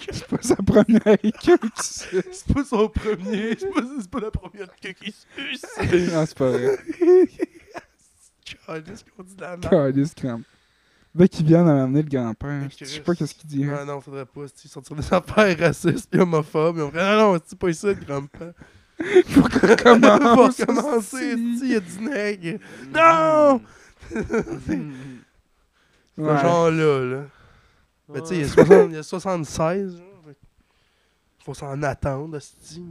C'est pas sa première queue qui suce. C'est pas son premier, c'est pas, c'est pas la première queue qui suce. Non, c'est pas vrai. Calisse qu'on dit de la merde. Calice, crampe. Dès qu'ils viennent à m'amener le grand-père, je sais pas qu'est-ce qu'il dit. Ah Non, non, faudrait pas, c'est-tu, sortir des affaires racistes et homophobes. Ils ont fait, non, non, c'est pas ici, le grand-père. Faut qu'on commence. Pour commencer, il y a du nègre. Non! Non! Ouais. Ce Ouais. genre-là, là. Mais tu sais, il y a 60 il y a 76, genre. fait que Faut s'en attendre, esti.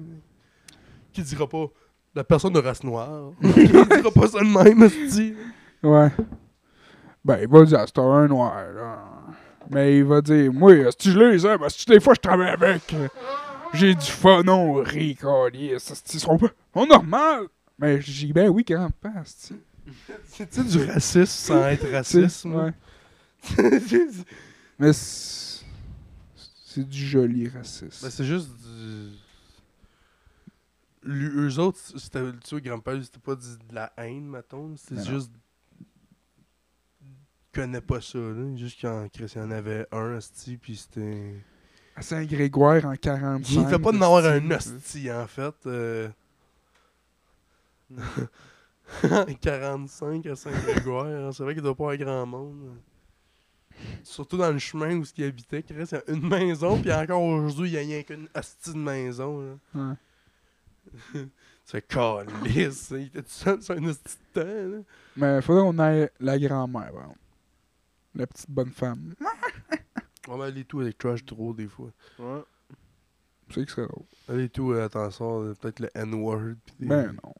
Qui dira pas la personne de race noire. Qui dira pas ça de même, esti. Ouais. Ben, il va dire, c'est un noir, là. Mais il va dire, moi, si je les aime, si des fois je travaille avec, euh, j'ai du fun, on rit, calisse, esti, ils sont pas- sont normal. Mais je dis, ben oui, grand-père, esti. C'est-tu du racisme sans être Tu raciste? sais, moi? ouais. Ben, Mais c'est c'est du joli racisme. Ben, c'est juste du. Lui, eux autres, c'était tu vois, grand-père, c'était pas du- de la haine, mettons. C'est Mais Ben non. juste. Ils connaissaient pas ça, là. Juste quand Chris, il y en avait un, hostie, puis c'était. À Saint-Grégoire en 45. Il fait pas de n'avoir un esti. hostie, en fait. euh. 45 à Saint-Grégoire, hein, c'est vrai qu'il doit pas avoir grand monde. Surtout dans le chemin où il habitait, Chris, il y a une maison, puis encore aujourd'hui, il y a rien qu'une hostie de maison, là. Ouais. C'est calisse, hein. il était tout seul sur un hostie de temps, là. Mais faudrait qu'on aille la grand-mère, par exemple. La petite bonne femme. On va aller tout avec trash trop des fois. Hmm. C'est que c'est drôle. Aller tout, euh, attention, euh, peut-être le N-word. pis des- Ben non.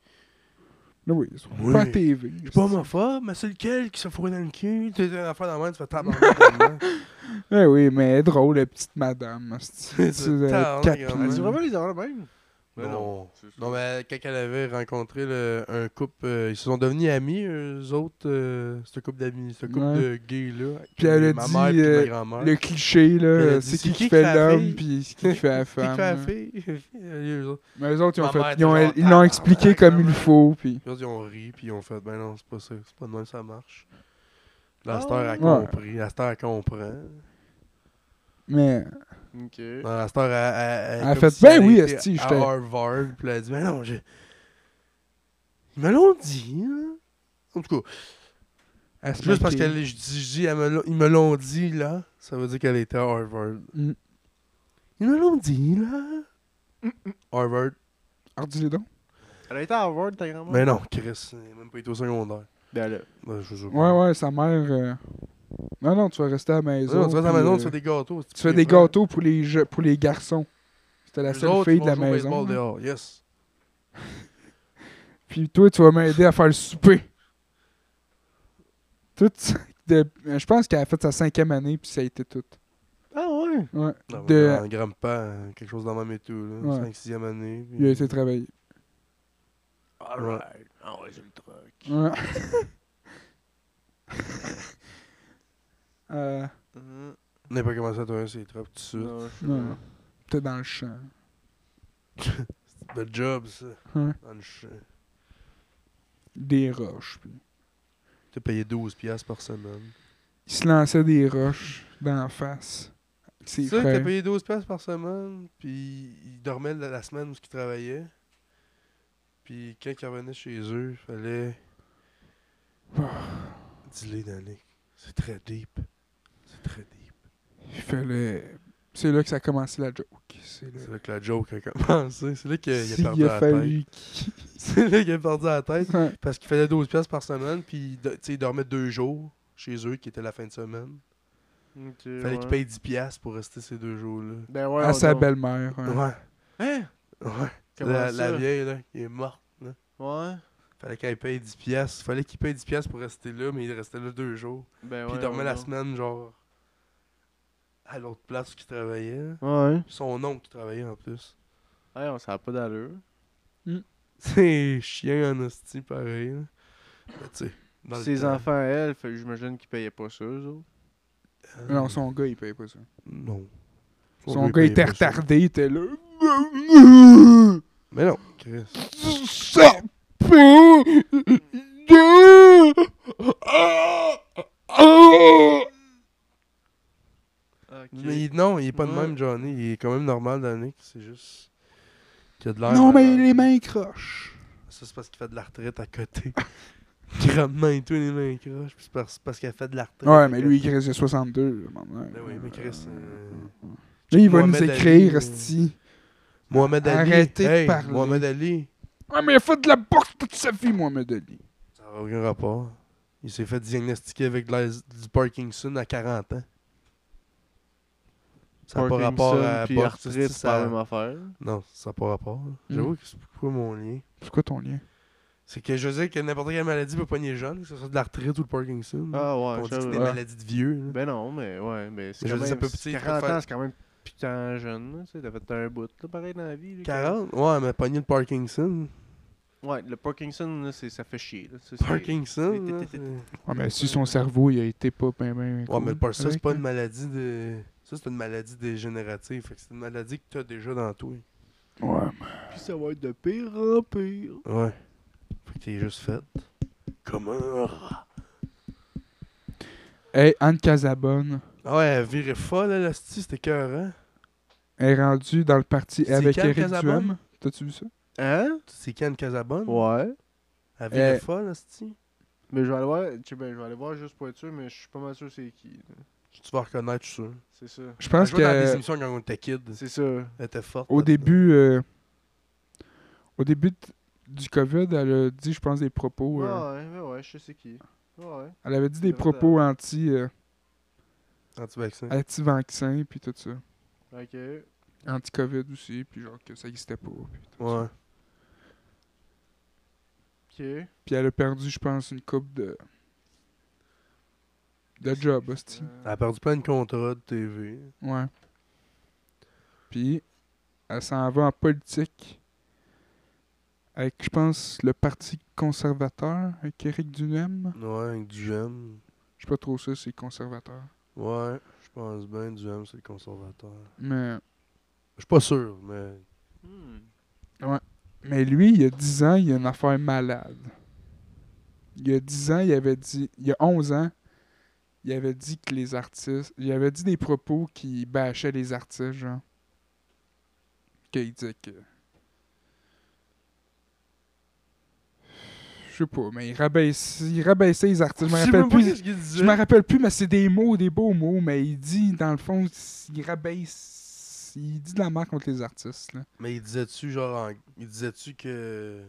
Mais oui, ils sont Oui. pas à TV. Je suis pas homophobe, mais c'est lequel qui se fourrait dans le cul? T'es une affaire dans la main, tu fais tabarnak. Eh oui, mais elle est drôle, la petite madame. C'est C'est tard, la grand-mère. Tu vraiment les heures même? Mais non. C'est ça. Non, mais quand elle avait rencontré le- un couple, euh, ils se sont devenus amis, eux autres, euh, ce couple d'amis, ce couple Ouais. de gays, là. Puis elle a ma dit, mère puis euh, ma grand-mère. Le cliché, Elle a là, dit, c'est qui qui fait la l'homme, fille? puis c'est qui qui fait la Qui fait femme. la là. fille? Eux autres, Mais eux autres, ils ont Ma mère fait. était Ils ont- genre, ils l'ont Ah, expliqué ouais, comme il ouais. faut, puis. Puis ils ont ri, puis ils ont fait, ben non, c'est pas ça, c'est pas de même ça marche. La star Ah a ouais. compris, la star elle comprend. Mais. Ok. Non, la star elle, elle, Elle comme fait, si ben oui, était esti, à j'étais- Harvard, puis elle a dit, ben non, j'ai. Ils me l'ont dit, hein. En tout cas, elle se juste parce maquille. qu'elle je dis, je dis, elle me l'ont- ils me l'ont dit, là, ça veut dire qu'elle était à Harvard. Mm. Ils me l'ont dit, là. Harvard. Alors, dis-les Ah, donc. Elle a été à Harvard, ta grand-mère? Mais non, Chris, elle est même pas été au secondaire. Ben là. Ben, je sais pas. Ouais, ouais, sa mère. euh, Non, non, tu vas rester à la maison. Non, tu restes à la puis, maison, euh, tu fais des gâteaux. tu fais des gâteaux pour les, je- pour les garçons. C'était la Les seule autres, fille ils vont de la jouer au maison. baseball là. dehors, yes. Puis toi, tu vas m'aider à faire le souper. Tout ça, de- euh, Je pense qu'elle a fait sa cinquième année, puis ça a été tout. Ah ouais? Ouais. Non, De- Un grand-père, quelque chose dans ma météo, là. Ouais. 5-6e année. puis- Il a été travaillé. Alright. Ah ouais, j'ai le truc. Ouais. Euh, N'est pas commencé à tourner ses trappes tout de suite. Hmm. Non, je sais non, pas. non. T'es dans le champ. Le job, ça. Ouais. Dans le champ. Des roches. puis. T'as payé 12$ piastres par semaine. Il se lançait des roches dans la face. avec Ses C'est ça, t'as frères. payé 12$ piastres par semaine, puis il dormait la, la semaine où il travaillait. Puis quand il revenait chez eux, il fallait. Dis-les d'aller. C'est très deep. C'est très deep. Il fallait. C'est là que ça a commencé la joke. C'est là. C'est là que la joke a commencé. C'est là qu'il a S'il perdu a la tête. fallu qu'il- C'est là qu'il a perdu la tête. Ouais. Parce qu'il faisait 12$ piastres par semaine, puis il do- tu sais, il dormait deux jours chez eux, qui était la fin de semaine. Ok, fallait ouais. qu'il paye 10$ piastres pour rester ces deux jours-là. Ben ouais. à on sa dort. belle-mère. ouais. Ouais. Hein? Ouais. Comment la, ça? la vieille, là, qui est morte. Là. Ouais. Fallait qu'elle paye 10 piastres. Fallait qu'il paye 10 piastres pour rester là, mais il restait là deux jours. Ben ouais. Puis il dormait on la dort. semaine, genre, à l'autre place où il travaillait. Ouais. Son oncle qui travaillait en plus. Ouais, on s'en a pas d'allure. C'est chien en hostie, pareil. Là. Mais tu sais, dans le Ses temps. enfants, elle, fait- j'imagine qu'ils payaient pas ça, eux autres. Euh, Non, son gars, il payait pas ça. Non. Son il gars, il était payait pas ça. retardé, il était là. Mais non, Chris. Ça peut de- Ah! Ah! Mais il- non, il est pas de Ouais. même, Johnny, il est quand même normal, Danick. C'est juste qu'il a de l'air. Non, mais malade. les mains croches. Ça, c'est parce qu'il fait de la retraite à côté. Grandement et tout, les mains croches. Puis c'est parce, parce qu'il a fait de la retraite. à Ouais, mais lui, il côté. crée 62. là, maintenant. Ben oui, mais Chris. euh, Là, il va Mohamed nous écrire, Ali, euh, esti. Mohamed Ali. Arrêtez de hey, parler. Mohamed Ali. Ouais, mais il a fait de la boxe toute sa vie, Mohamed Ali. Ça n'a aucun rapport. Il s'est fait diagnostiquer avec de la- du Parkinson à 40 ans. Ça n'a pas rapport à Puis pas- arthrite, Hmm. c'est- c'est la ça- même affaire. Non, ça n'a pas rapport. là. J'avoue que c'est pourquoi mon lien. C'est quoi ton lien? C'est que je veux dire que n'importe quelle maladie peut pogner jeune, que ce soit de l'arthrite ou le Parkinson. Ah on ouais, dit que c'est des j'avoue. Ouais. maladies de vieux. là. Ben non, mais ouais, mais c'est Je quand veux dire, ça même... peut- tu sais, 40 faut faire- ans, c'est quand même putain jeune, là, tu sais, t'as fait un bout, là, pareil, dans la vie. là, 40? Ouais, mais pogner le Parkinson. quand- Ouais, le Parkinson, là, c'est- ça fait chier, là. ça, c'est- Parkinson, c'est- là, c'est- c'est- Ouais, mais si son cerveau, il a été pas ben, ben, Ouais, cool mais le Parkinson, c'est avec, pas hein. une maladie de... Ça, c'est une maladie dégénérative. Fait que c'est une maladie que t'as déjà dans toi. Ouais, Puis ça va être de pire en pire. Ouais. Fait que t'es juste faite. Comme un rat. mais- Hey, Anne Casabonne Ah ouais, elle virait folle, elle, l'hostie, c'était cœur, hein? est rendue dans le parti C'est avec quand, Eric Casabonne? Duhem. T'as-tu vu ça? Hein? C'est Ken Casabonne? Ouais. Elle virait Eh. folle, l'hostie. Mais je vais aller voir, tu sais, ben, je vais aller voir juste pour être sûr, mais je suis pas mal sûr c'est qui. là. Tu vas reconnaître, je suis sûr. C'est ça. Je Elle pense jouait dans des que émissions quand on était kids. C'est ça. Elle était forte. au là. début, euh, au début t- du COVID, elle a dit, je pense, des propos. Ouais, Ah, euh, ouais, ouais, ouais, je sais c'est qui. Ouais. elle avait dit des C'est vrai, propos anti, euh, Anti-vaccin. anti-vaccin, puis tout ça. Ok. Anti-COVID aussi, puis genre que ça existait pas. Puis, tout ça. Ouais. Ok. Puis elle a perdu, je pense, une coupe de. de job, hostie. Elle Euh, a perdu plein de contrats de TV. Ouais. Puis, elle s'en va en politique avec, je pense, le Parti conservateur, avec Éric Duhem. Ouais, avec du jeune. Je suis pas trop sûr, c'est conservateur. Ouais, je pense bien du jeune, c'est le conservateur. Mais, Je suis pas sûr, mais. hmm. mais lui, il y a 10 ans, il y a une affaire malade. Il y a 10 ans, il avait dit. Il y a 11 ans, il avait dit que les artistes. Il avait dit des propos qui bâchaient les artistes, genre. Qu'il disait que. Je sais pas, mais il rabaissait, il rabaissait les artistes. Je me rappelle plus. qu'il disait. Je me rappelle plus, mais c'est des mots, des beaux mots, mais il dit, dans le fond, il rabaisse. Il dit de la merde contre les artistes, là. Mais il disait-tu, genre, en- il disait-tu que.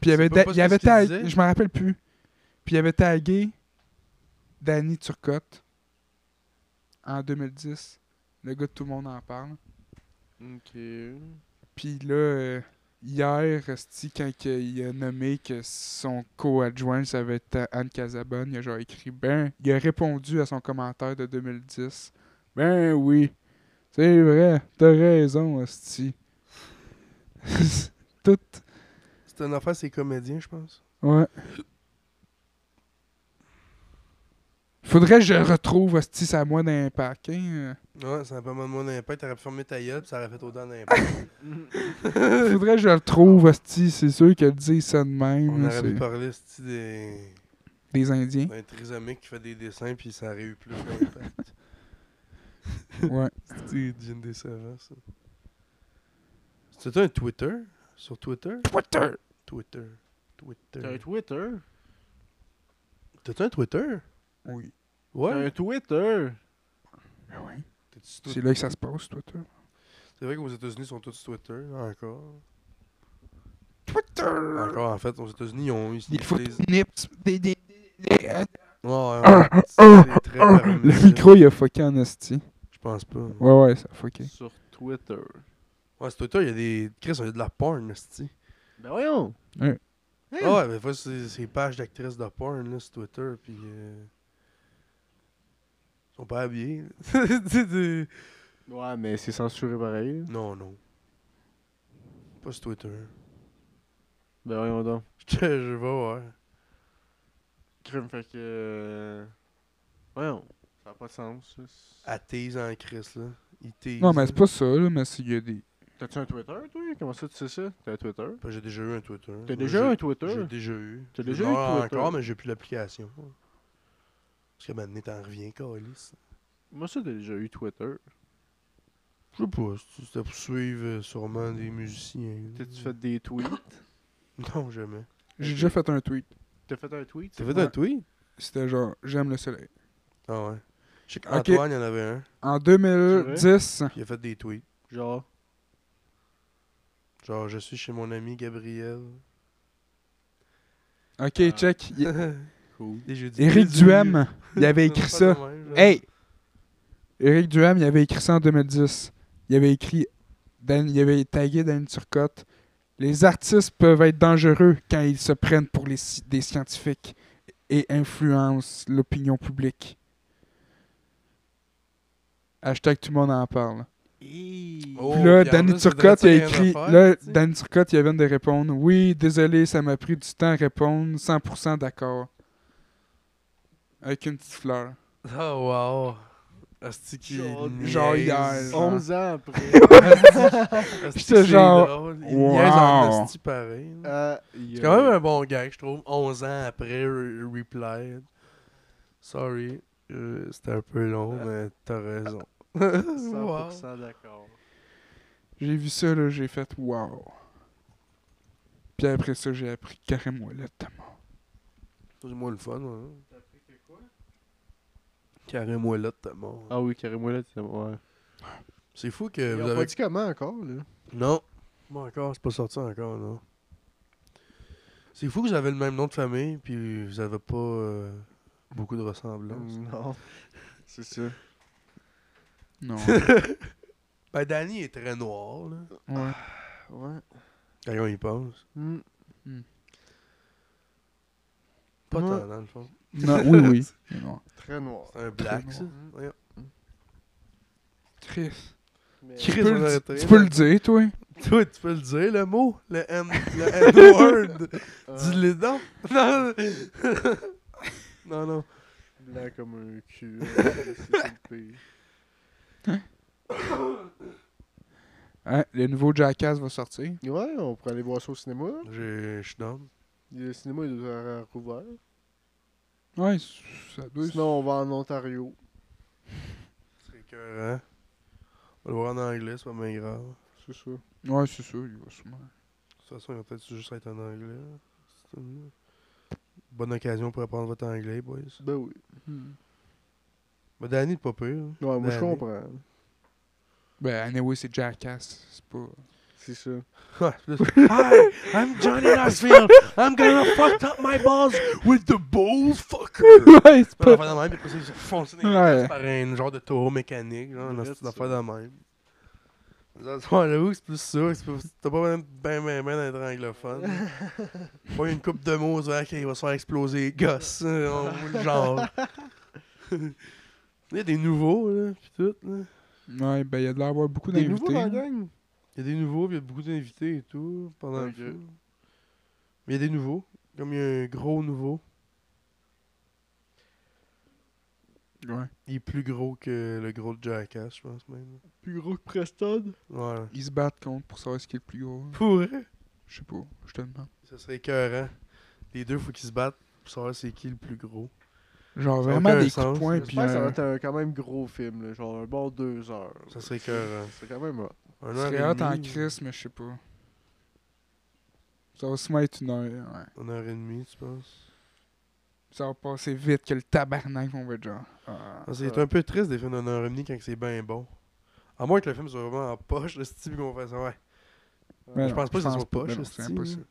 Puis il Je avait, sais pas ta- pas il ce avait qu'il tag- disait. je me rappelle plus. Puis il avait tagué Danny Turcotte en 2010. Le gars de tout le monde en parle. hmm, Ok. Puis là, euh, hier, Rusty, quand que il a nommé que son co-adjoint, ça va être Anne Casabonne, il a genre écrit Ben, il a répondu à son commentaire de 2010. Ben oui, c'est vrai, t'as raison, Rusty. Tout. C'était une affaire, c'est comédien, je pense. Ouais. Faudrait que je retrouve hostie à moi d'un paquet. euh. Ouais, ça a pas mal moins d'impact. T'aurais pu fermer ta gueule, puis ça aurait fait autant d'impact. Faudrait que je retrouve hostie, c'est sûr qu'elle dit ça de On même. là, aurait pu c'est parler, c'est-tu, des. Des Indiens. d'un trisomique qui fait des dessins, puis ça aurait eu plus d'impact. Ouais. C'est-tu Jim Desavant, ça. C'était un Twitter Sur Twitter Twitter. Twitter. T'as Twitter. un Twitter? T'as-tu un Twitter Oui. Ben T'as un Ouais. Twitter? T'es-tu C'est Twitter? là que ça se passe, Twitter. C'est vrai qu'aux États-Unis, ils sont tous Twitter, encore. Twitter. Encore, en fait, aux États-Unis, ils ont. Ils, Il faut des utilisent- nips. Des, des, des- des- euh, Ouais, ouais, ouais. ah, C'est très parmi Le micro, il a fucké en hostie. Je pense pas. Ah, Ouais, Ouais, ouais, ça a fucké. Sur Twitter. sur Twitter, il y a des. Chris, il y a de la porn, esti. Ben voyons! Ouais. Hein? Ah ouais, mais fois, c'est c'est pages d'actrices de porn, là, sur Twitter, puis. euh, Ils sont pas habillés. là. C'est des- Ouais, mais c'est censuré pareil. non, non. Pas sur Twitter. Ben voyons donc. Je te- je vais voir. Crime fait que. euh, Voyons. Ça n'a pas de sens. ça. Athées en Chris, là. Ils teasent, Non, mais c'est là. pas ça, là, mais c'est- il y a des. T'as-tu un Twitter, toi? Comment ça, tu sais ça? T'as un Twitter? Parce que J'ai déjà eu un Twitter. T'as Ouais, déjà j'ai- un Twitter? J'ai déjà eu. T'as Je déjà eu l'ai Twitter? encore, mais j'ai plus l'application. Parce que maintenant, t'en reviens, Calis. Moi, ça, t'as déjà eu Twitter. Je sais pas, c'est- c'était pour suivre euh, sûrement des musiciens. là. T'as-tu fait des tweets? Non, jamais. J'ai déjà fait un tweet. T'as fait un tweet? T'as c'est fait quoi? un tweet? C'était genre J'aime le soleil. Ah ouais. Je sais Ok. qu'Antoine, il y en avait un, En 2010, puis il a fait des tweets. Genre, Genre, je suis chez mon ami Gabriel. ok, check. y- cool. Et j'ai dit, Eric Désolé. Duhem, il avait Pas écrit de ça. même, genre. Hey! Eric Duham, il avait écrit ça en 2010. Il avait écrit, Dan- il avait tagué Dan Turcotte. Les artistes peuvent être dangereux quand ils se prennent pour les sci- des scientifiques et influencent l'opinion publique. Hashtag tout le monde en parle. Oh, Puis là, puis en Danny plus, ça Turcotte, il a devrait être écrit. rien à faire, Là, tu sais. Danny Turcotte, il vient de répondre Oui, désolé, ça m'a pris du temps à répondre. 100% d'accord. Avec une petite fleur. Oh, wow. Asti qui Genre- niaise. genre hier. 11 ans après. Asti, J'étais c'est genre, drôle. Il niaise en wow. asti pareil. là. Ah, C'est quand même un bon gag, je trouve. 11 ans après re- Reply. Sorry. euh, C'était un peu long, mais t'as raison. 100% d'accord. J'ai vu ça, là, j'ai fait Wow. Puis après ça, j'ai appris carrément Ouellette. C'est moi le fun, ouais. T'as appris que quoi? Carré moellette, t'es mort. Ah oui, carrément là, c'est ouais. C'est fou que Ils vous ont avez pas dit comment encore, là. Non. Moi encore, c'est pas sorti encore, non. C'est fou que vous avez le même nom de famille, puis vous avez pas euh, beaucoup de ressemblances. Non. C'est ça. Non. Ben, Danny est très noir, là. ouais. Ouais. Quand on y pense. Hmm. Pas Moi- tant, dans le fond. Non, oui, oui. Mais non. Très noir. C'est un black, ça. noir. Voyons. Chris. Mais- Tu Chris, peux, on le- arrêterait, tu peux là. le dire, toi. Toi, tu peux le dire, le mot? Le N... le N-word? Dis-le donc. Non. non, non. Blanc comme un cul. hein. C'est- c'est le pire. Hein, le nouveau Jackass va sortir. Ouais, on pourrait aller voir ça au cinéma. J'ai- Je suis down. Le cinéma il doit être rouvert. Ouais, c- ça doit Sinon, on va en Ontario. C'est écœurant. On va le voir en anglais, c'est pas bien grave. C'est ça. Ouais, c'est ça, il va sûrement. De toute façon, il va peut-être juste être en anglais. là. C'est une Bonne occasion pour apprendre votre anglais, boys. Ben oui. Mais Danny, pas pire. hein. Ouais, moi je Ben oui. comprends. Ben, anyway, c'est Jackass. C'est pas. C'est ça. Ouais, c'est plus- Hi, I'm Johnny Knoxville. I'm gonna fuck up my balls with the bull fucker. ouais, c'est Pas pas. d'affaire de même, puis après ça, ils se foncent dans les Ouais. fesses par un genre de taureau mécanique. Genre, Ouais, une c'est affaire de même. Ouais, j'avoue que c'est plus ça. c'est pas- T'as pas même ben, ben, ben d'être anglophone. pas une coupe de mots, dire, ok, il va se faire exploser, gosse. hein, on- le genre. il y a des nouveaux, là, pis tout, là. Ouais, ben, il y a de l'air d'avoir beaucoup Des nouveaux d'invités. dans la là. gang? Il y a des nouveaux, pis il y a beaucoup d'invités et tout, pendant le Ok. film. Mais il y a des nouveaux. Comme il y a un gros nouveau. Ouais. Il est plus gros que le gros de Jackass, je pense même. Plus gros que Preston. Ouais. Ils se battent contre pour savoir ce qui est le plus gros. là. Pour Je sais pas, je te demande. Ça serait écœurant. Les deux, faut qu'ils se battent pour savoir c'est qui le plus gros. Genre, Ça a vraiment aucun des coups sens, de poing, là. puis. J'espère que ça va euh, être un quand même gros film, là, genre un bon deux heures. là. Ça serait écœurant. C'est quand même hot. Un je heure serais et hot en demie, Chris, mais je sais pas. Ça va sûrement être une heure, ouais. Une heure et demie, tu penses? Ça va passer vite que le tabarnak, on va être genre. Ah. Ah, c'est Ouais. un peu triste des films d'une heure et demie quand c'est bien bon. À moins que le film soit vraiment en poche, le style qu'on fasse. Ouais. Ben je pense pas que ça soit pas, poche, ben non, esti, C'est impossible.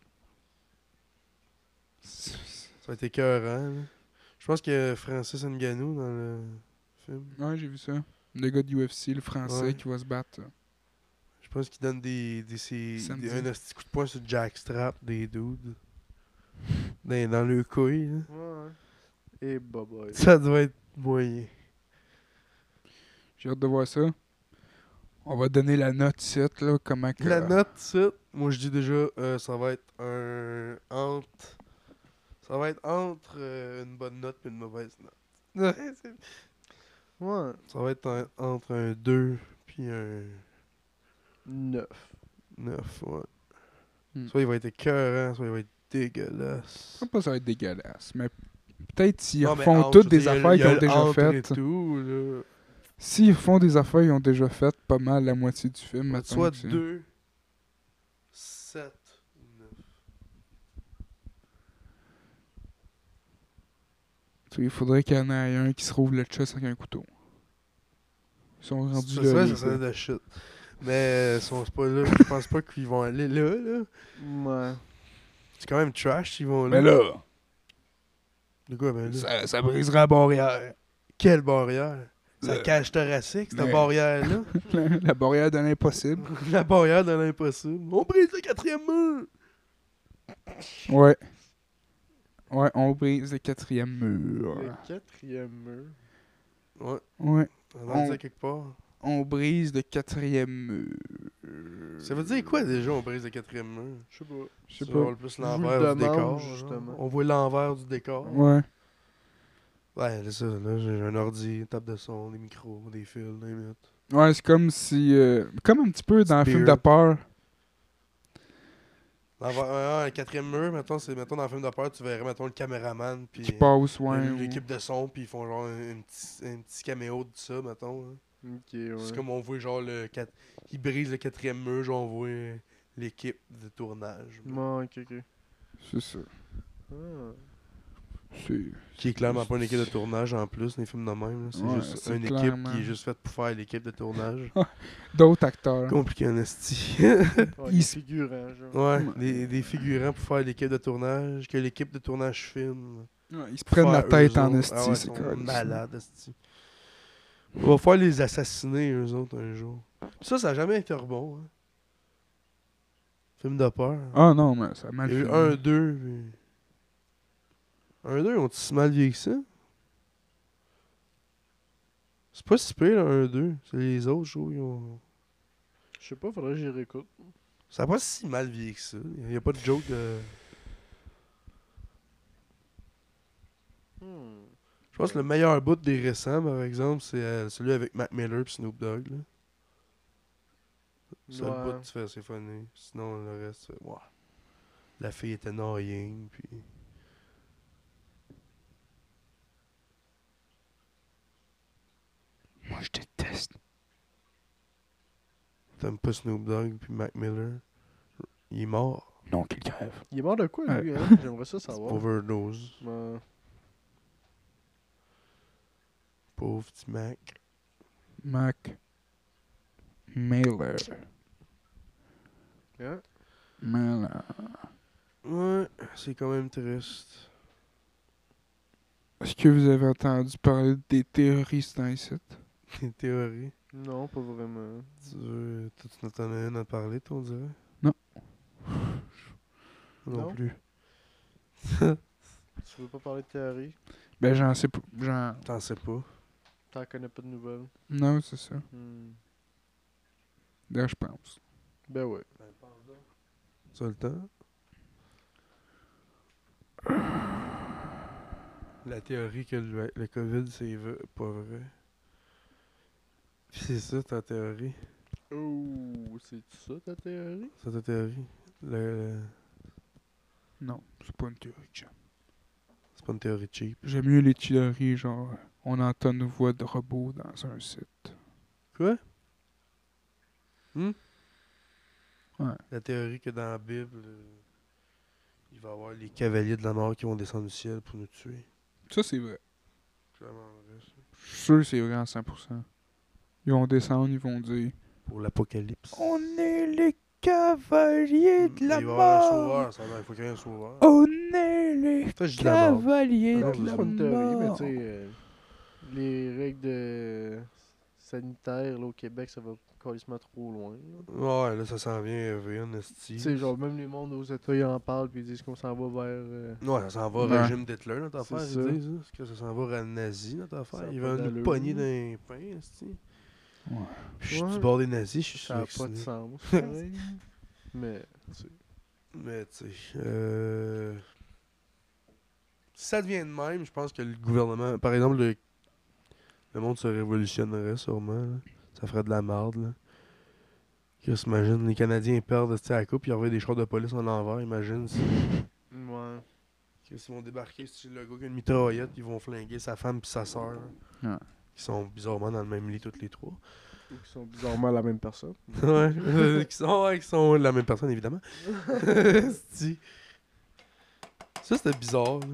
C'est- c'est- Ça va être écœurant. là. Je pense que Francis Ngannou dans le film. Ouais, j'ai vu ça. Le gars de UFC, le français Ouais. qui va se battre. Je pense qu'il donne des, des, ses- Samedi. des- un esti coup de poing sur Jackstrap des dudes. Dans, dans le couille. là. Ouais. Et bye bye. Ça doit être moyen. J'ai hâte de voir ça. On va donner la note ici, là, comment que... La note, ça, moi je dis déjà, euh, ça va être un. entre. Ça va être entre euh, une bonne note et une mauvaise note. Ouais. ça va être un- entre un 2 puis un Neuf. 9, ouais. Hmm. Soit il va être écœurant, soit il va être dégueulasse. Je pense pas que ça va être dégueulasse, mais peut-être s'ils Non, mais font entre, toutes je des veux dire, affaires il y qu'ils a ont le déjà entre et faites. tout, là. S'ils font des affaires, ils ont déjà fait pas mal la moitié du film. mettons Soit que c'est- 2, 7, 9. Tu sais, Il faudrait qu'il y en ait un qui se rouvre le chest avec un couteau. Ils sont rendus Ça là. serait, les ça serait gars. de la shit. Mais euh, ils sont pas là. Je pense pas qu'ils vont aller là. là. Ouais. C'est quand même trash s'ils vont là. Mais là, De quoi, ben là? ça, ça briserait la barrière. Quelle barrière? Sa Le- cage thoracique, cette Ouais. barrière-là. la barrière de l'impossible. la barrière de l'impossible. On brise le quatrième mur! Ouais. Ouais, on brise le quatrième mur. Le quatrième mur. Ouais, Ouais. on va On- dire quelque part. On brise le quatrième mur. Ça veut dire quoi déjà, on brise le quatrième mur? Je sais pas. Je sais Ça, pas. On voit plus Je vous le l'envers du demande, décor. justement. genre. On voit l'envers du décor. Ouais. Ouais, c'est ça. Là, j'ai un ordi, une table de son, des micros, des fils, des minutes. Ouais, c'est comme si. euh, comme un petit peu dans le film de Spear. peur. L'envers, ouais, ouais, le quatrième mur, mettons, c'est mettons dans le film de peur, tu verrais, mettons, le caméraman, puis qui passe, ouais. euh, ou- l'équipe de son, puis ils font genre un, un petit, un petit caméo de ça, mettons. là. Ok, ouais. C'est comme on voit genre le. quat- Ils brisent le quatrième mur, genre on voit euh, l'équipe de tournage. Ouais, ok, ok. C'est ça. Ah. C'est. Qui est clairement pas une équipe de tournage en plus, les films de même. là. C'est Ouais, juste c'est une clairement- équipe qui est juste faite pour faire l'équipe de tournage. D'autres acteurs. Compliqué, en esti. Ouais, Il il se- figurant, genre. Ouais, Ouais. Des, des figurants pour faire l'équipe de tournage, que l'équipe de tournage filme. Ouais, ils se prennent la Faire tête eux en autres. esti, Ah ouais, c'est ils sont correct. malades, esti. On va faire les assassiner, eux autres, un jour. Ça, ça a jamais été bon. hein. Film de peur. Ah non, mais ça a mal Il y a eu filmé. un, deux, puis... Un, deux, ont-ils si mal vieilli que ça? C'est pas si pire, là, un, deux. C'est les autres, je trouve, ils ont... Je sais pas, faudrait que j'y réécoute. Ça a pas si mal vieilli que ça. Il y a pas de joke de... Hmm. Je pense que le meilleur bout des récents, par exemple, c'est euh, celui avec Mac Miller et Snoop Dogg. Là. C'est Ouais. le bout que tu fais, c'est funny. Sinon, le reste, tu fais, Ouah. La fille était annoying, puis. Moi, je déteste. T'aimes pas Snoop Dogg puis Mac Miller. Il est mort. Non, qu'il crève. Il est mort de quoi, lui, hein? J'aimerais ça savoir. Overdose. Ouais. Pauvre petit Mac. Mac. Miller. Hein? Miller. Ouais, c'est quand même triste. Est-ce que vous avez entendu parler des terroristes dans les sites? Des théories. Non, pas vraiment. Tu veux. Tu tu t'en as une à parler, toi, on dirait Non. Non, Non. plus. Tu veux pas parler de théorie? Ben, j'en sais pas. J'en. T'en sais pas. T'en connais pas de nouvelles? Non, c'est ça. Hmm. Là, je pense. Ben ouais. Tu as le temps? La théorie que le, le COVID, c'est v- pas vrai. C'est ça ta théorie. Oh, c'est ça ta théorie? C'est ta théorie. Le- le- Non, c'est pas une théorie que j'aime. C'est pas une théorie cheap. J'aime mieux les théories, genre, on entend une voix de robot dans un site. Quoi? Hmm? Ouais. La théorie que dans la Bible, euh, il va y avoir les cavaliers de la mort qui vont descendre du ciel pour nous tuer. Ça, c'est vrai. Clairement vrai, ça. Je suis sûr que c'est vrai à 100%. Ils vont descendre, ils vont dire Pour l'apocalypse. On est les cavaliers Mm, de Mais la Hmm. il va y avoir un mort sauveur, ça va. Il faut qu'il y ait un sauveur. Oh, On est les Ça, je dis la mort. cavaliers Non, de c'est la pas une théorie, mais mort tu sais, euh, les règles de sanitaires là, au Québec, ça va carrément trop loin. là. Ouais, là, ça s'en vient, euh, Vegan Tu Esti. sais, genre, même les mondes aux États, ils en parlent, puis ils disent qu'on s'en va vers. euh, Ouais, ça s'en va au Ouais. régime d'Hitler, notre C'est affaire. ça. Ils disent, hein. Est-ce que ça s'en va à nazi, notre Ça affaire? a Ils pas veulent d'allure. nous pogner dans les pains, Esti. Ouais. Puis Je suis Ouais. du bord des nazis, je suis ça n'a pas de vacciné. sens. pareil. mais, tu sais. Mais, tu sais, euh... Si ça devient de même, je pense que le gouvernement... Par exemple, le, le monde se révolutionnerait sûrement. là. Ça ferait de la merde, là. Chris, imagine, les Canadiens ils perdent esti, à la coupe, ils envoient des chars de police en envers, imagine si... Ouais. Chris, ils vont débarquer sur le gars qui a une mitraillette, ils vont flinguer sa femme puis sa soeur. Ouais. qui sont bizarrement dans le même lit toutes les trois. Ou qui sont bizarrement la même personne. ouais, euh, qui sont, ouais, qui sont la même personne, évidemment. Esti. ça, c'était bizarre. là.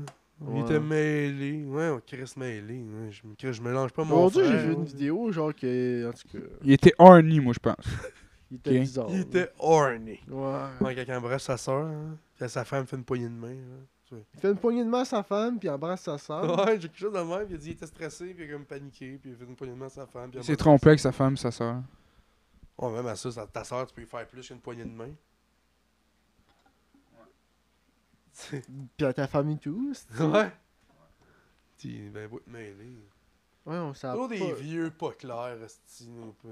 Ouais. Il était mêlé. Ouais, on Chris mêlé. ouais, Je, me- Chris, je mélange pas mon Mon dieu, j'ai frère, vu une ouais. vidéo, genre, que. En tout cas, Il était horny, moi, je pense. il était Ok. bizarre. Il là. était horny. Ouais. Ouais, quelqu'un embrasse sa soeur. Hein. Puis sa femme fait une poignée de main. là. Il fait une poignée de main à sa femme, puis il embrasse sa soeur. Ouais, j'ai quelque chose de même. Puis il a dit qu'il était stressé. Puis il a comme paniqué. Puis il a fait une poignée de main à sa femme. Puis Il elle s'est m'a- trompé avec sa femme, sa soeur. Ouais, même à ça, ça- ta soeur, tu peux y faire plus qu'une poignée de main. Tu sais, Puis à ta famille, tout. c'est- ouais. T'es ben beau de mêler. Ouais, on s'en Toujours pas... des vieux pas clairs, esti, nos pa-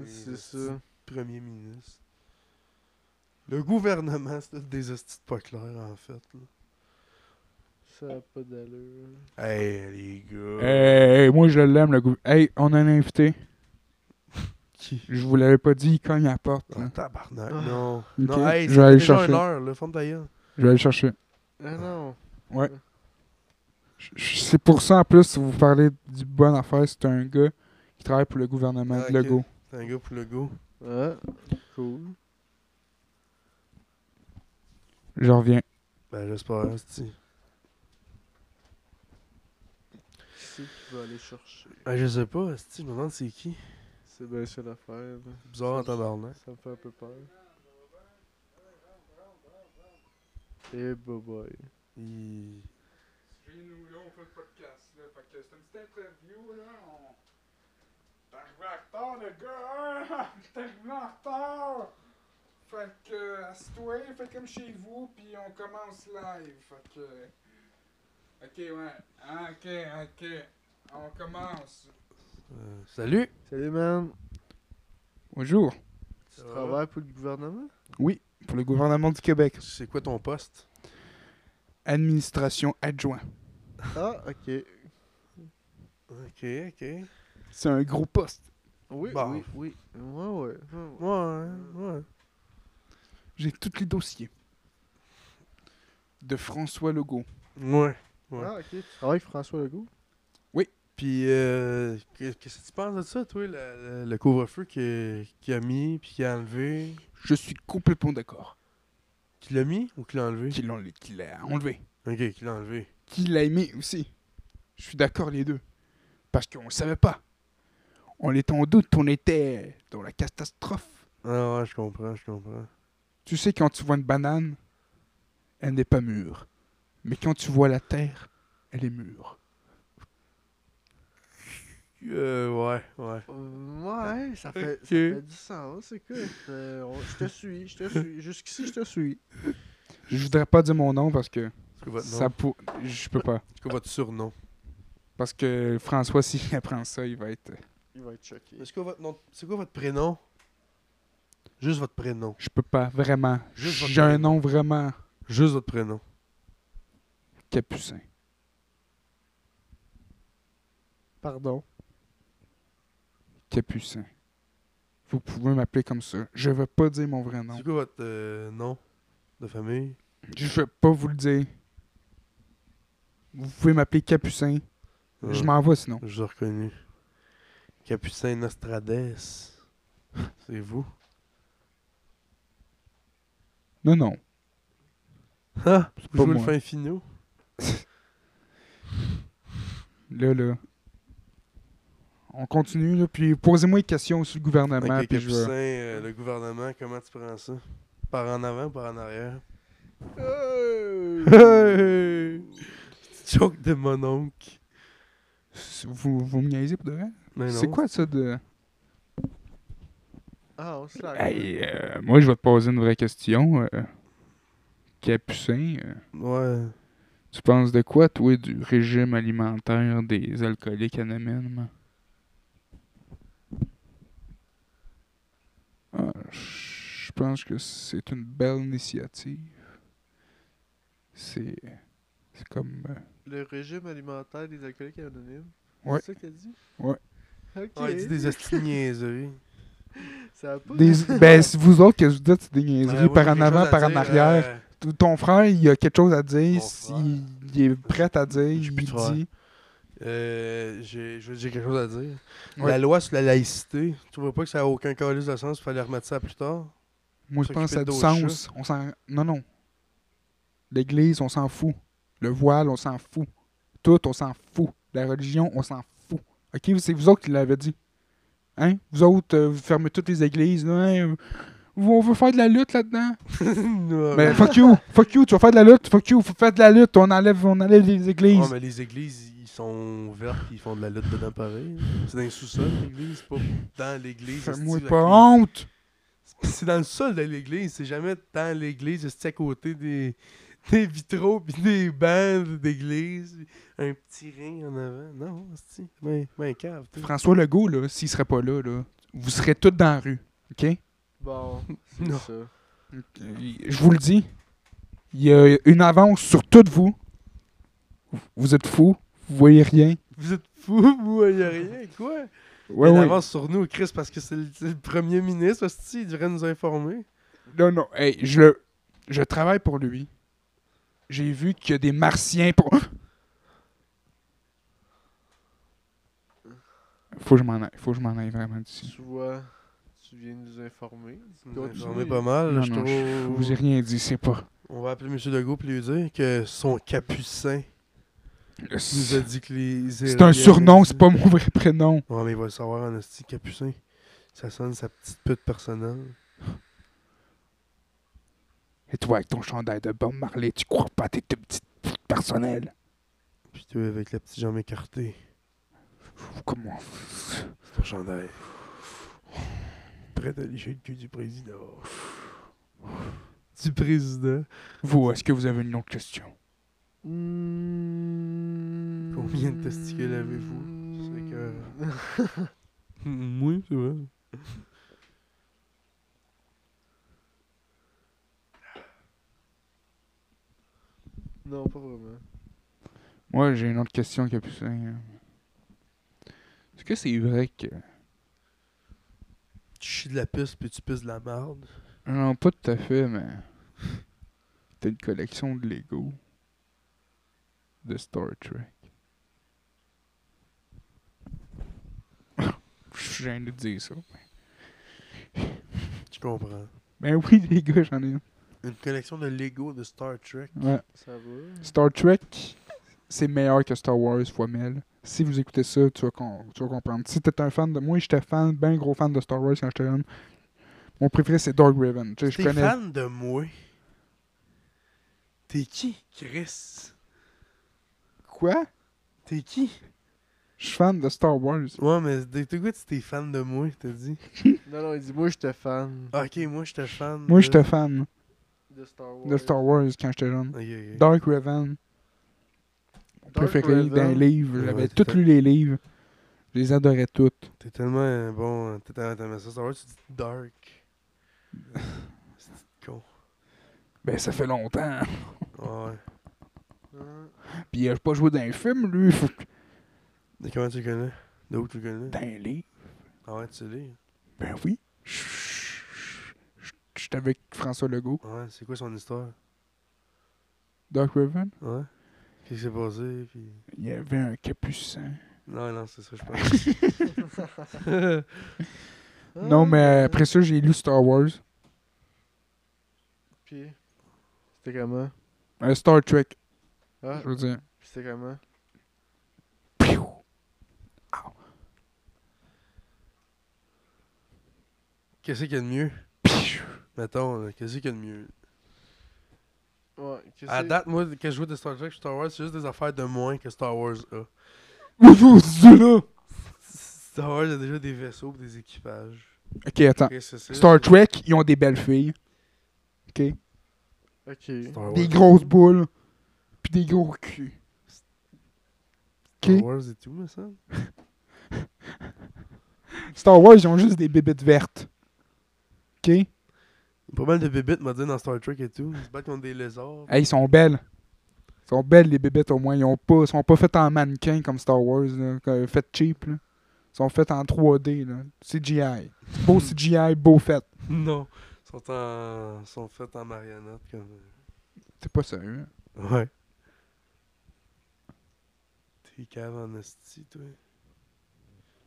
les C'est esti ça. Premier ministre. Le gouvernement, c'est tous des hosties de pas clairs, en fait. là. Ça a pas d'allure. Hey, les gars. Hey, moi, je l'aime, le goût. Hey, on a un invité. Qui? Je vous l'avais pas dit, il cogne à la porte. Ah, là. tabarnak, Ah. non. Hein? Ok, Non, hey, je vais aller c'est déjà chercher. une heure, là, ferme ta gueule. Je vais aller le chercher. Ah non. Je- je- C'est pour ça, en plus, si vous parlez du bonne affaire, c'est un gars qui travaille pour le gouvernement Ah, de ok. Legault. C'est un gars pour le go. Ah. Cool. Je reviens. Ben, j'espère, esti. Qui c'est qui va aller chercher? Ben, je sais pas, esti, je me demande c'est qui. C'est bien ça l'affaire. là. Bizarre en tabarnak. Ça me fait un peu peur. Eh, bye bye. Il... hein? Fait que, assis-toi, faites comme chez vous, puis on commence live. Fait que. Ok, ouais. Ah, Ok, ok. On commence. Euh, salut! Salut, man. Bonjour. Tu travailles pour le gouvernement? Pour le gouvernement du Québec. C'est quoi ton poste? Administration adjoint. Ah, ok. Ok, ok. Ouais, C'est un gros poste. Oui, Bon. oui, oui. Ouais, ouais. ouais, Bah. ouais. ouais. J'ai tous les dossiers. De François Legault. Ouais. Ouais. Ah, ok. Tu travailles avec François Legault? Puis, euh, qu'est- qu'est-ce que tu penses de ça, toi, la- la- le, couvre-feu qu'il qu'il a mis, puis qu'il a enlevé? Je suis complètement d'accord. Qu'il l'a mis ou qu'il l'a enlevé? Qu'il l'en- qu'il l'a enlevé. Ok, qu'il l'a enlevé. Qu'il l'a aimé aussi. Je suis d'accord les deux. Parce qu'on ne savait pas. On était en doute, on était dans la catastrophe. Ah ouais, je comprends, je comprends. Tu sais, quand tu vois une banane, elle n'est pas mûre. Mais quand tu vois la terre, elle est mûre. Euh, ouais, ouais. Euh, Ouais, ça fait, Ok. ça fait du sens. Écoute, euh, on- je te suis, je te suis. Jusqu'ici, je te suis. Je voudrais pas dire mon nom parce que C'est quoi votre nom? ça pour... je peux pas. C'est quoi votre surnom? Parce que François, s'il apprend ça, il va être. Il va être choqué. C'est quoi votre nom? C'est quoi votre prénom? Juste votre prénom. Je peux pas, vraiment. Juste votre J'ai un prénom. nom vraiment Juste votre prénom. capucin. Pardon. Capucin. Vous pouvez m'appeler comme ça. Je vais pas dire mon vrai nom. C'est quoi votre euh, nom de famille? Je vais pas vous le dire. Vous pouvez m'appeler Capucin. Je Euh, m'en vais sinon. Je vous ai reconnu. Capucin Nostrades. C'est vous. Non, non. Ah! C'est Vous pas jouez le moi. fin finot? Là, là. On continue, là. Puis posez-moi une question sur Avec le gouvernement. les puis je vais- Capucins, euh, le gouvernement, comment tu prends ça? Par en avant ou par en arrière? Hey! Petit joke de mon oncle. Vous, vous me niaisez pour de vrai? Mais non. C'est quoi ça de. Ah, on se l'a. Hey, euh, moi, je vais te poser une vraie question. euh. Capucin. euh, Ouais. Tu penses de quoi, toi, du régime alimentaire des alcooliques anonymes? Ah, je pense que c'est une belle initiative. C'est. C'est comme. euh, Le régime alimentaire des alcooliques anonymes. Ouais. C'est ça que t'as dit? Ouais. Ok. Ah, il dit des hosties de niaiseries. Ça a pas des- ben, c'est vous autres que je vous dites, c'est des niaiseries Ouais, par moi, en j'ai quelque avant, chose à par en dire, arrière. euh, T- Ton frère, il a quelque chose à dire. Mon s'il- Il est prêt à dire, J'ai plus il de frère. dit. Euh, j'ai je- j'ai quelque chose à dire. Ouais. La loi sur la laïcité, tu vois pas que ça n'a aucun calice de sens, il fallait remettre ça plus tard? Moi, je S'occuper pense que ça a du d'autres sens. On s'en... Non, non. L'Église, on s'en fout. Le voile, on s'en fout. Tout, on s'en fout. La religion, on s'en fout. OK, c'est vous autres qui l'avez dit. Hein? Vous autres, euh, vous fermez toutes les églises. là, hein? Vous- On veut faire de la lutte là-dedans. Non, Mais fuck you, fuck you, tu vas faire de la lutte. Fuck you, faut faire de la lutte. On enlève, on enlève les églises. Ah, mais les églises, ils sont vertes ils font de la lutte dedans pareil. C'est dans le sous-sol, l'église, c'est pas dans l'église. Fais-moi c'est-tu, pas avec les- honte. C'est dans le sol de l'église, c'est jamais dans l'église, c'est à côté des, des vitraux puis des bancs d'église. Un petit ring en avant. Non, c'est ben, ben cave. toi. François Legault, là, s'il serait pas là, là, vous serez tous dans la rue. OK? Bon, c'est Non. ça. je vous le dis, il y a une avance sur toutes vous. Vous êtes fous, vous voyez rien. Vous êtes fous, vous, il y a rien, quoi. Ouais, il ouais. avance sur nous, Chris, parce que c'est le, c'est le premier ministre, hostie, il devrait nous informer. Non, non, hey, je, je travaille pour lui. J'ai vu qu'il y a des martiens pour. Faut que je m'en aille, faut que je m'en aille vraiment d'ici. Tu vois, tu viens de nous informer. On Continue. est pas mal, Non, Ah, je non, trouve. Je vous ai rien dit, c'est pas. On va appeler M. Legault pour lui dire que son capucin nous a C'est dit que les. un surnom, c'est pas mon vrai prénom. Ouais, mais il va le savoir en hostie, capucin. Ça sonne sa petite pute personnelle. Et toi, avec ton chandail de bombe Marley, tu crois pas à tes tes petites putes personnelles. Puis toi, avec la petite jambe écartée. Comment C'est ton chandail. Prêt à lécher le cul du président. Du président. Vous, est-ce que vous avez une autre question Hmm, Combien de testicules avez-vous? C'est que. oui, c'est vrai. Non, pas vraiment. Moi, j'ai une autre question, Capucin. Est-ce que c'est vrai que. Tu chies de la pisse puis tu pisses de la marde. Non, pas tout à fait, mais. T'as une collection de Lego. De Star Trek. Je suis gêné de dire ça. Tu comprends. Ben oui, les gars, j'en ai une. Une collection de Lego de Star Trek. Ouais. Ça va. Star Trek, c'est meilleur que Star Wars fois mille. Si vous écoutez ça, tu vas, com- tu vas comprendre. Si t'es un fan de. Moi, j'étais fan, ben gros fan de Star Wars quand j'étais jeune. Mon préféré, c'est Dark Raven. Tu sais, je T'es connais. fan de moi. T'es qui, Chris? Quoi? T'es qui? Je suis fan de Star Wars. Ouais, mais t'es t'es quoi tu t'es fan de moi, t'as dit? Non, non, il dit, moi, j'étais fan Ah, ok, moi j'étais fan. Moi, de- j'étais fan de Star Wars. de Star Wars quand j'étais jeune. Ok, ok. Dark Raven, mon Dark préféré Raven. d'un livre. Ouais, J'avais ouais, tous t'as- lu les livres. Je les adorais toutes. T'es tellement euh, bon. T'es tellement t'aimes ça, Star Wars, tu dis dark. C'est con. Ah, Ben, ça fait longtemps. Ouais. Hein? Puis, il a pas joué dans un film, lui. Faut que- Et comment tu le connais? D'où tu le connais? Dans un livre. Ah ouais, tu l'es. Ben oui. J'étais avec François Legault. Ah, Ouais, c'est quoi son histoire? Ah, Dark Raven, Ouais. Qu'est-ce qui s'est passé? Puis... il y avait un capucin. Non, non, c'est ça, je pense. Hein? Ah. Non, mais après ça, j'ai lu Star Wars. Puis, c'était comment? Euh, Star Trek, Ah, je veux dire. puis c'était comment? Piou! Qu'est-ce qu'il y a de mieux? Piou! Mettons, là, qu'est-ce qu'il y a de mieux? Ouais, qu'est-ce À que- date, moi, quand je joue de Star Trek sur Star Wars, c'est juste des affaires de moins que Star Wars a. Bonjour, c'est là! Star Wars a déjà des vaisseaux et des équipages. Ok, attends. Qu'est-ce que c'est? Star Trek, ils ont des belles filles. Ok? Ok. Star Wars. Des grosses boules. Puis des gros culs. Star Ok? Wars et tout, mais ça. Star Wars, ils ont juste des bébites vertes. Ok? Pas mal de bébites, m'a dit, dans Star Trek et tout. Ils se battent contre des lézards. Hey, ils sont belles. Ils sont belles, les bébites, au moins. Ils ont pas, sont pas faites en mannequin comme Star Wars, là, que- faites cheap. Là. Ils sont faites en 3D, là. CGI. Beau CGI, beau fait. Non. Ils sont, en... sont faits en marionnettes. euh, Comme... T'es pas sérieux. Ouais. T'es T'es cave en esti, toi.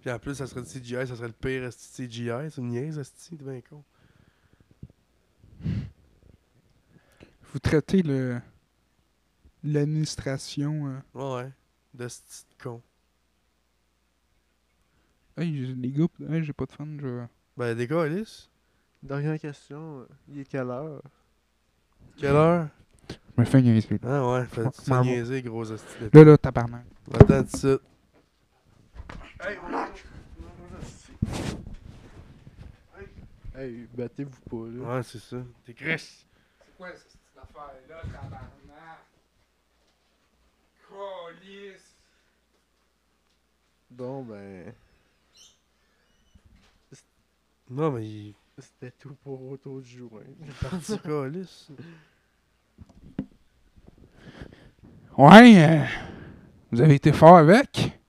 Puis en plus, ça serait du CGI, ça serait le pire esti de CGI. C'est une niaise, esti, t'es bien con. Vous traitez le l'administration. euh, Ouais, ouais. D'esti de con. euh, Hey, j'ai- les gars, hey, j'ai pas de fans. Je... Ben, des gars, Alice. Dernière question. euh, Il est quelle heure? Quelle heure? Je me fais niaiser. là. Ah ouais, fais-tu te Maman. niaiser, gros esti de Là, là, tabarnak. Attends tout de suite. Hey, battez-vous pas, là. Ouais, c'est ça. T'es Chris. C'est quoi cette affaire-là, tabarnak? Colis! Bon, ben, Non, mais il est c'était tout pour autour du jour. parti, Alice. Ouais, euh, vous avez été fort avec?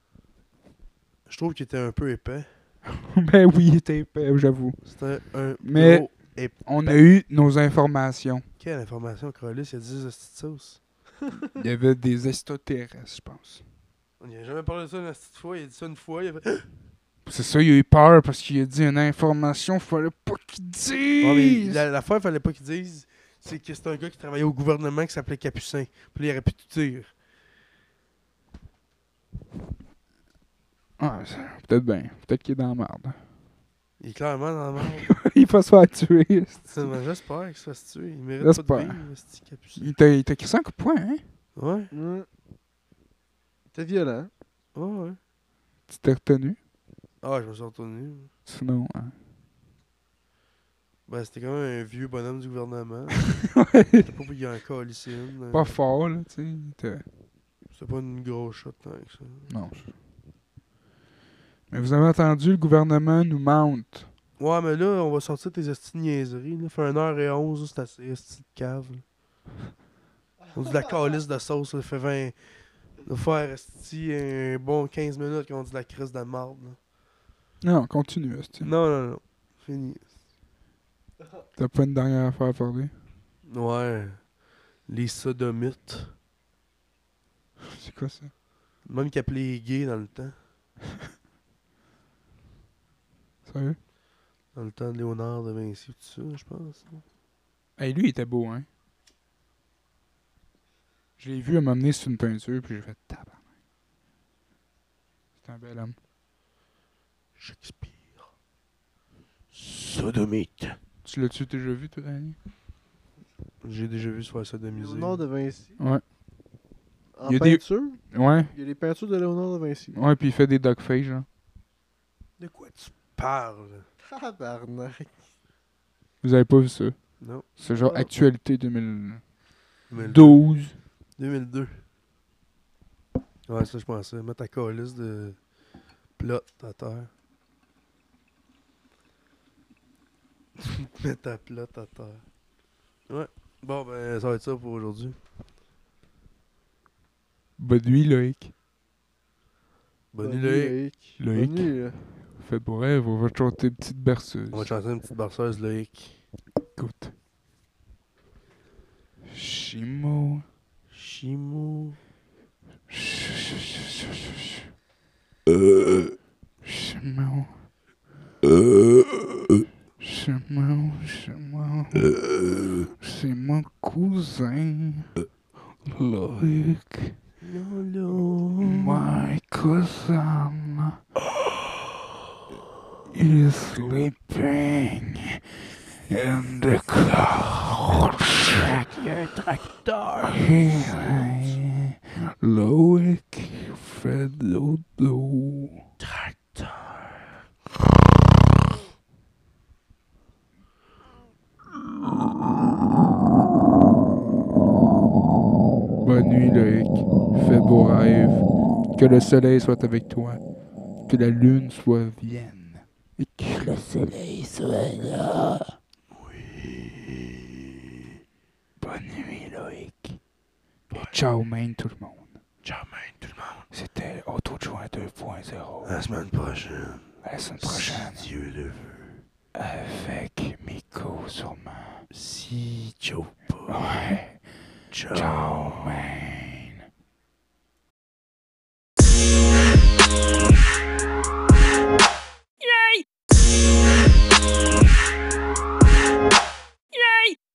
Je trouve qu'il était un peu épais. ben oui, c'était épais, j'avoue. Ben. C'était un. Mais- gros ép- On a eu nos informations. Quelle information, Colis? Il y a 10 esti de sauce. Il y avait des extraterrestres, je pense. On n'y a jamais parlé de ça une esti de fois. Il a dit ça une fois. Il a fait. Ouais, C'est ça, il a eu peur parce qu'il a dit une information, fallait pas qu'il dise! mais la- l'affaire, il fallait pas qu'ils disent. C'est que c'est un gars qui travaillait au gouvernement qui s'appelait Capucin. Puis là, il aurait pu tout dire. Ah, ça- peut-être bien. Peut-être qu'il est dans la merde. Il est clairement dans la merde. il va se faire tuer. C'est- mais J'espère qu'il se fasse tuer. Il mérite pas de J'espère. vivre, esti de Capucin. Il t'a il t'a crissé un coup de poing, hein? Ouais, Hum. C'était violent. ouais, ouais. Tu t'es retenu. Ah, je me suis retourné. Sinon, hein. Ben, c'était quand même un vieux bonhomme du gouvernement. Ouais. Je sais pas pourquoi il y a un colicine. pas fort, là, tu sais. il t'a- C'était euh, pas une grosse shot tant que ça. Non. c'est- Mais vous avez entendu, le gouvernement nous monte. Ouais, mais là, on va sortir tes estis de niaiseries. Là. Fait 1h11, là, c'est assez esti de cave. là. On dit de la calice de sauce, là. Fait 20. De faire esti un bon 15 minutes qu'on dit de la crise de marde. là. Non, continue, esti. Non, non, non. Fini. T'as pas une dernière affaire à parler. Ouais. Les sodomites. C'est quoi ça? Même qui appelaient les gays dans le temps. Sérieux? Dans le temps de Léonard de Vinci, tout ça, je pense. Hey, lui, il était beau, hein? Je l'ai vu à m'amener sur une peinture, puis j'ai fait tabarnak. C'est un bel homme. Shakespeare. Sodomite. Tu l'as-tu déjà vu, toi, Dani? J'ai déjà vu se faire sodomiser. Léonard de Vinci. Ouais. En Il y a des- peinture, Ouais. il y a les peintures de Léonard de Vinci. Ouais, puis il fait des dogface, genre. De quoi tu parles? Tabarnak. Vous avez pas vu ça? Non. C'est genre Ah. actualité 2012. 2002. Ouais, ça je pensais. Mettre ta calice de plot à terre. Mets ta plot à terre. Ouais. Bon, ben, ça va être ça pour aujourd'hui. Bonne nuit, Loïc. Bonne nuit, Loïc. Loïc. Bonne nuit, là. Fait pour rêve, on va te chanter une petite berceuse. On va te chanter une petite berceuse, Loïc. Écoute. Chimo. Chimo. Chimo. Chimo. Chimo. C'est mon cousin. Loïc. Lolo. My cousin is sleeping in the cloud. Hey, Loic Fedodo. Bonne nuit Loïc, fais beau rêve, que le soleil soit avec toi, que la lune soit vienne, et que le soleil soit là. Oui. Bonne nuit Loïc. Et ciao man tout le monde. Ciao, man, tout le monde. C'était Auto Joint 2.0. À la semaine prochaine. À la semaine prochaine Si Dieu le veut. avec Miko sûrement. Si Joe Ouais. Ciao. Ciao man.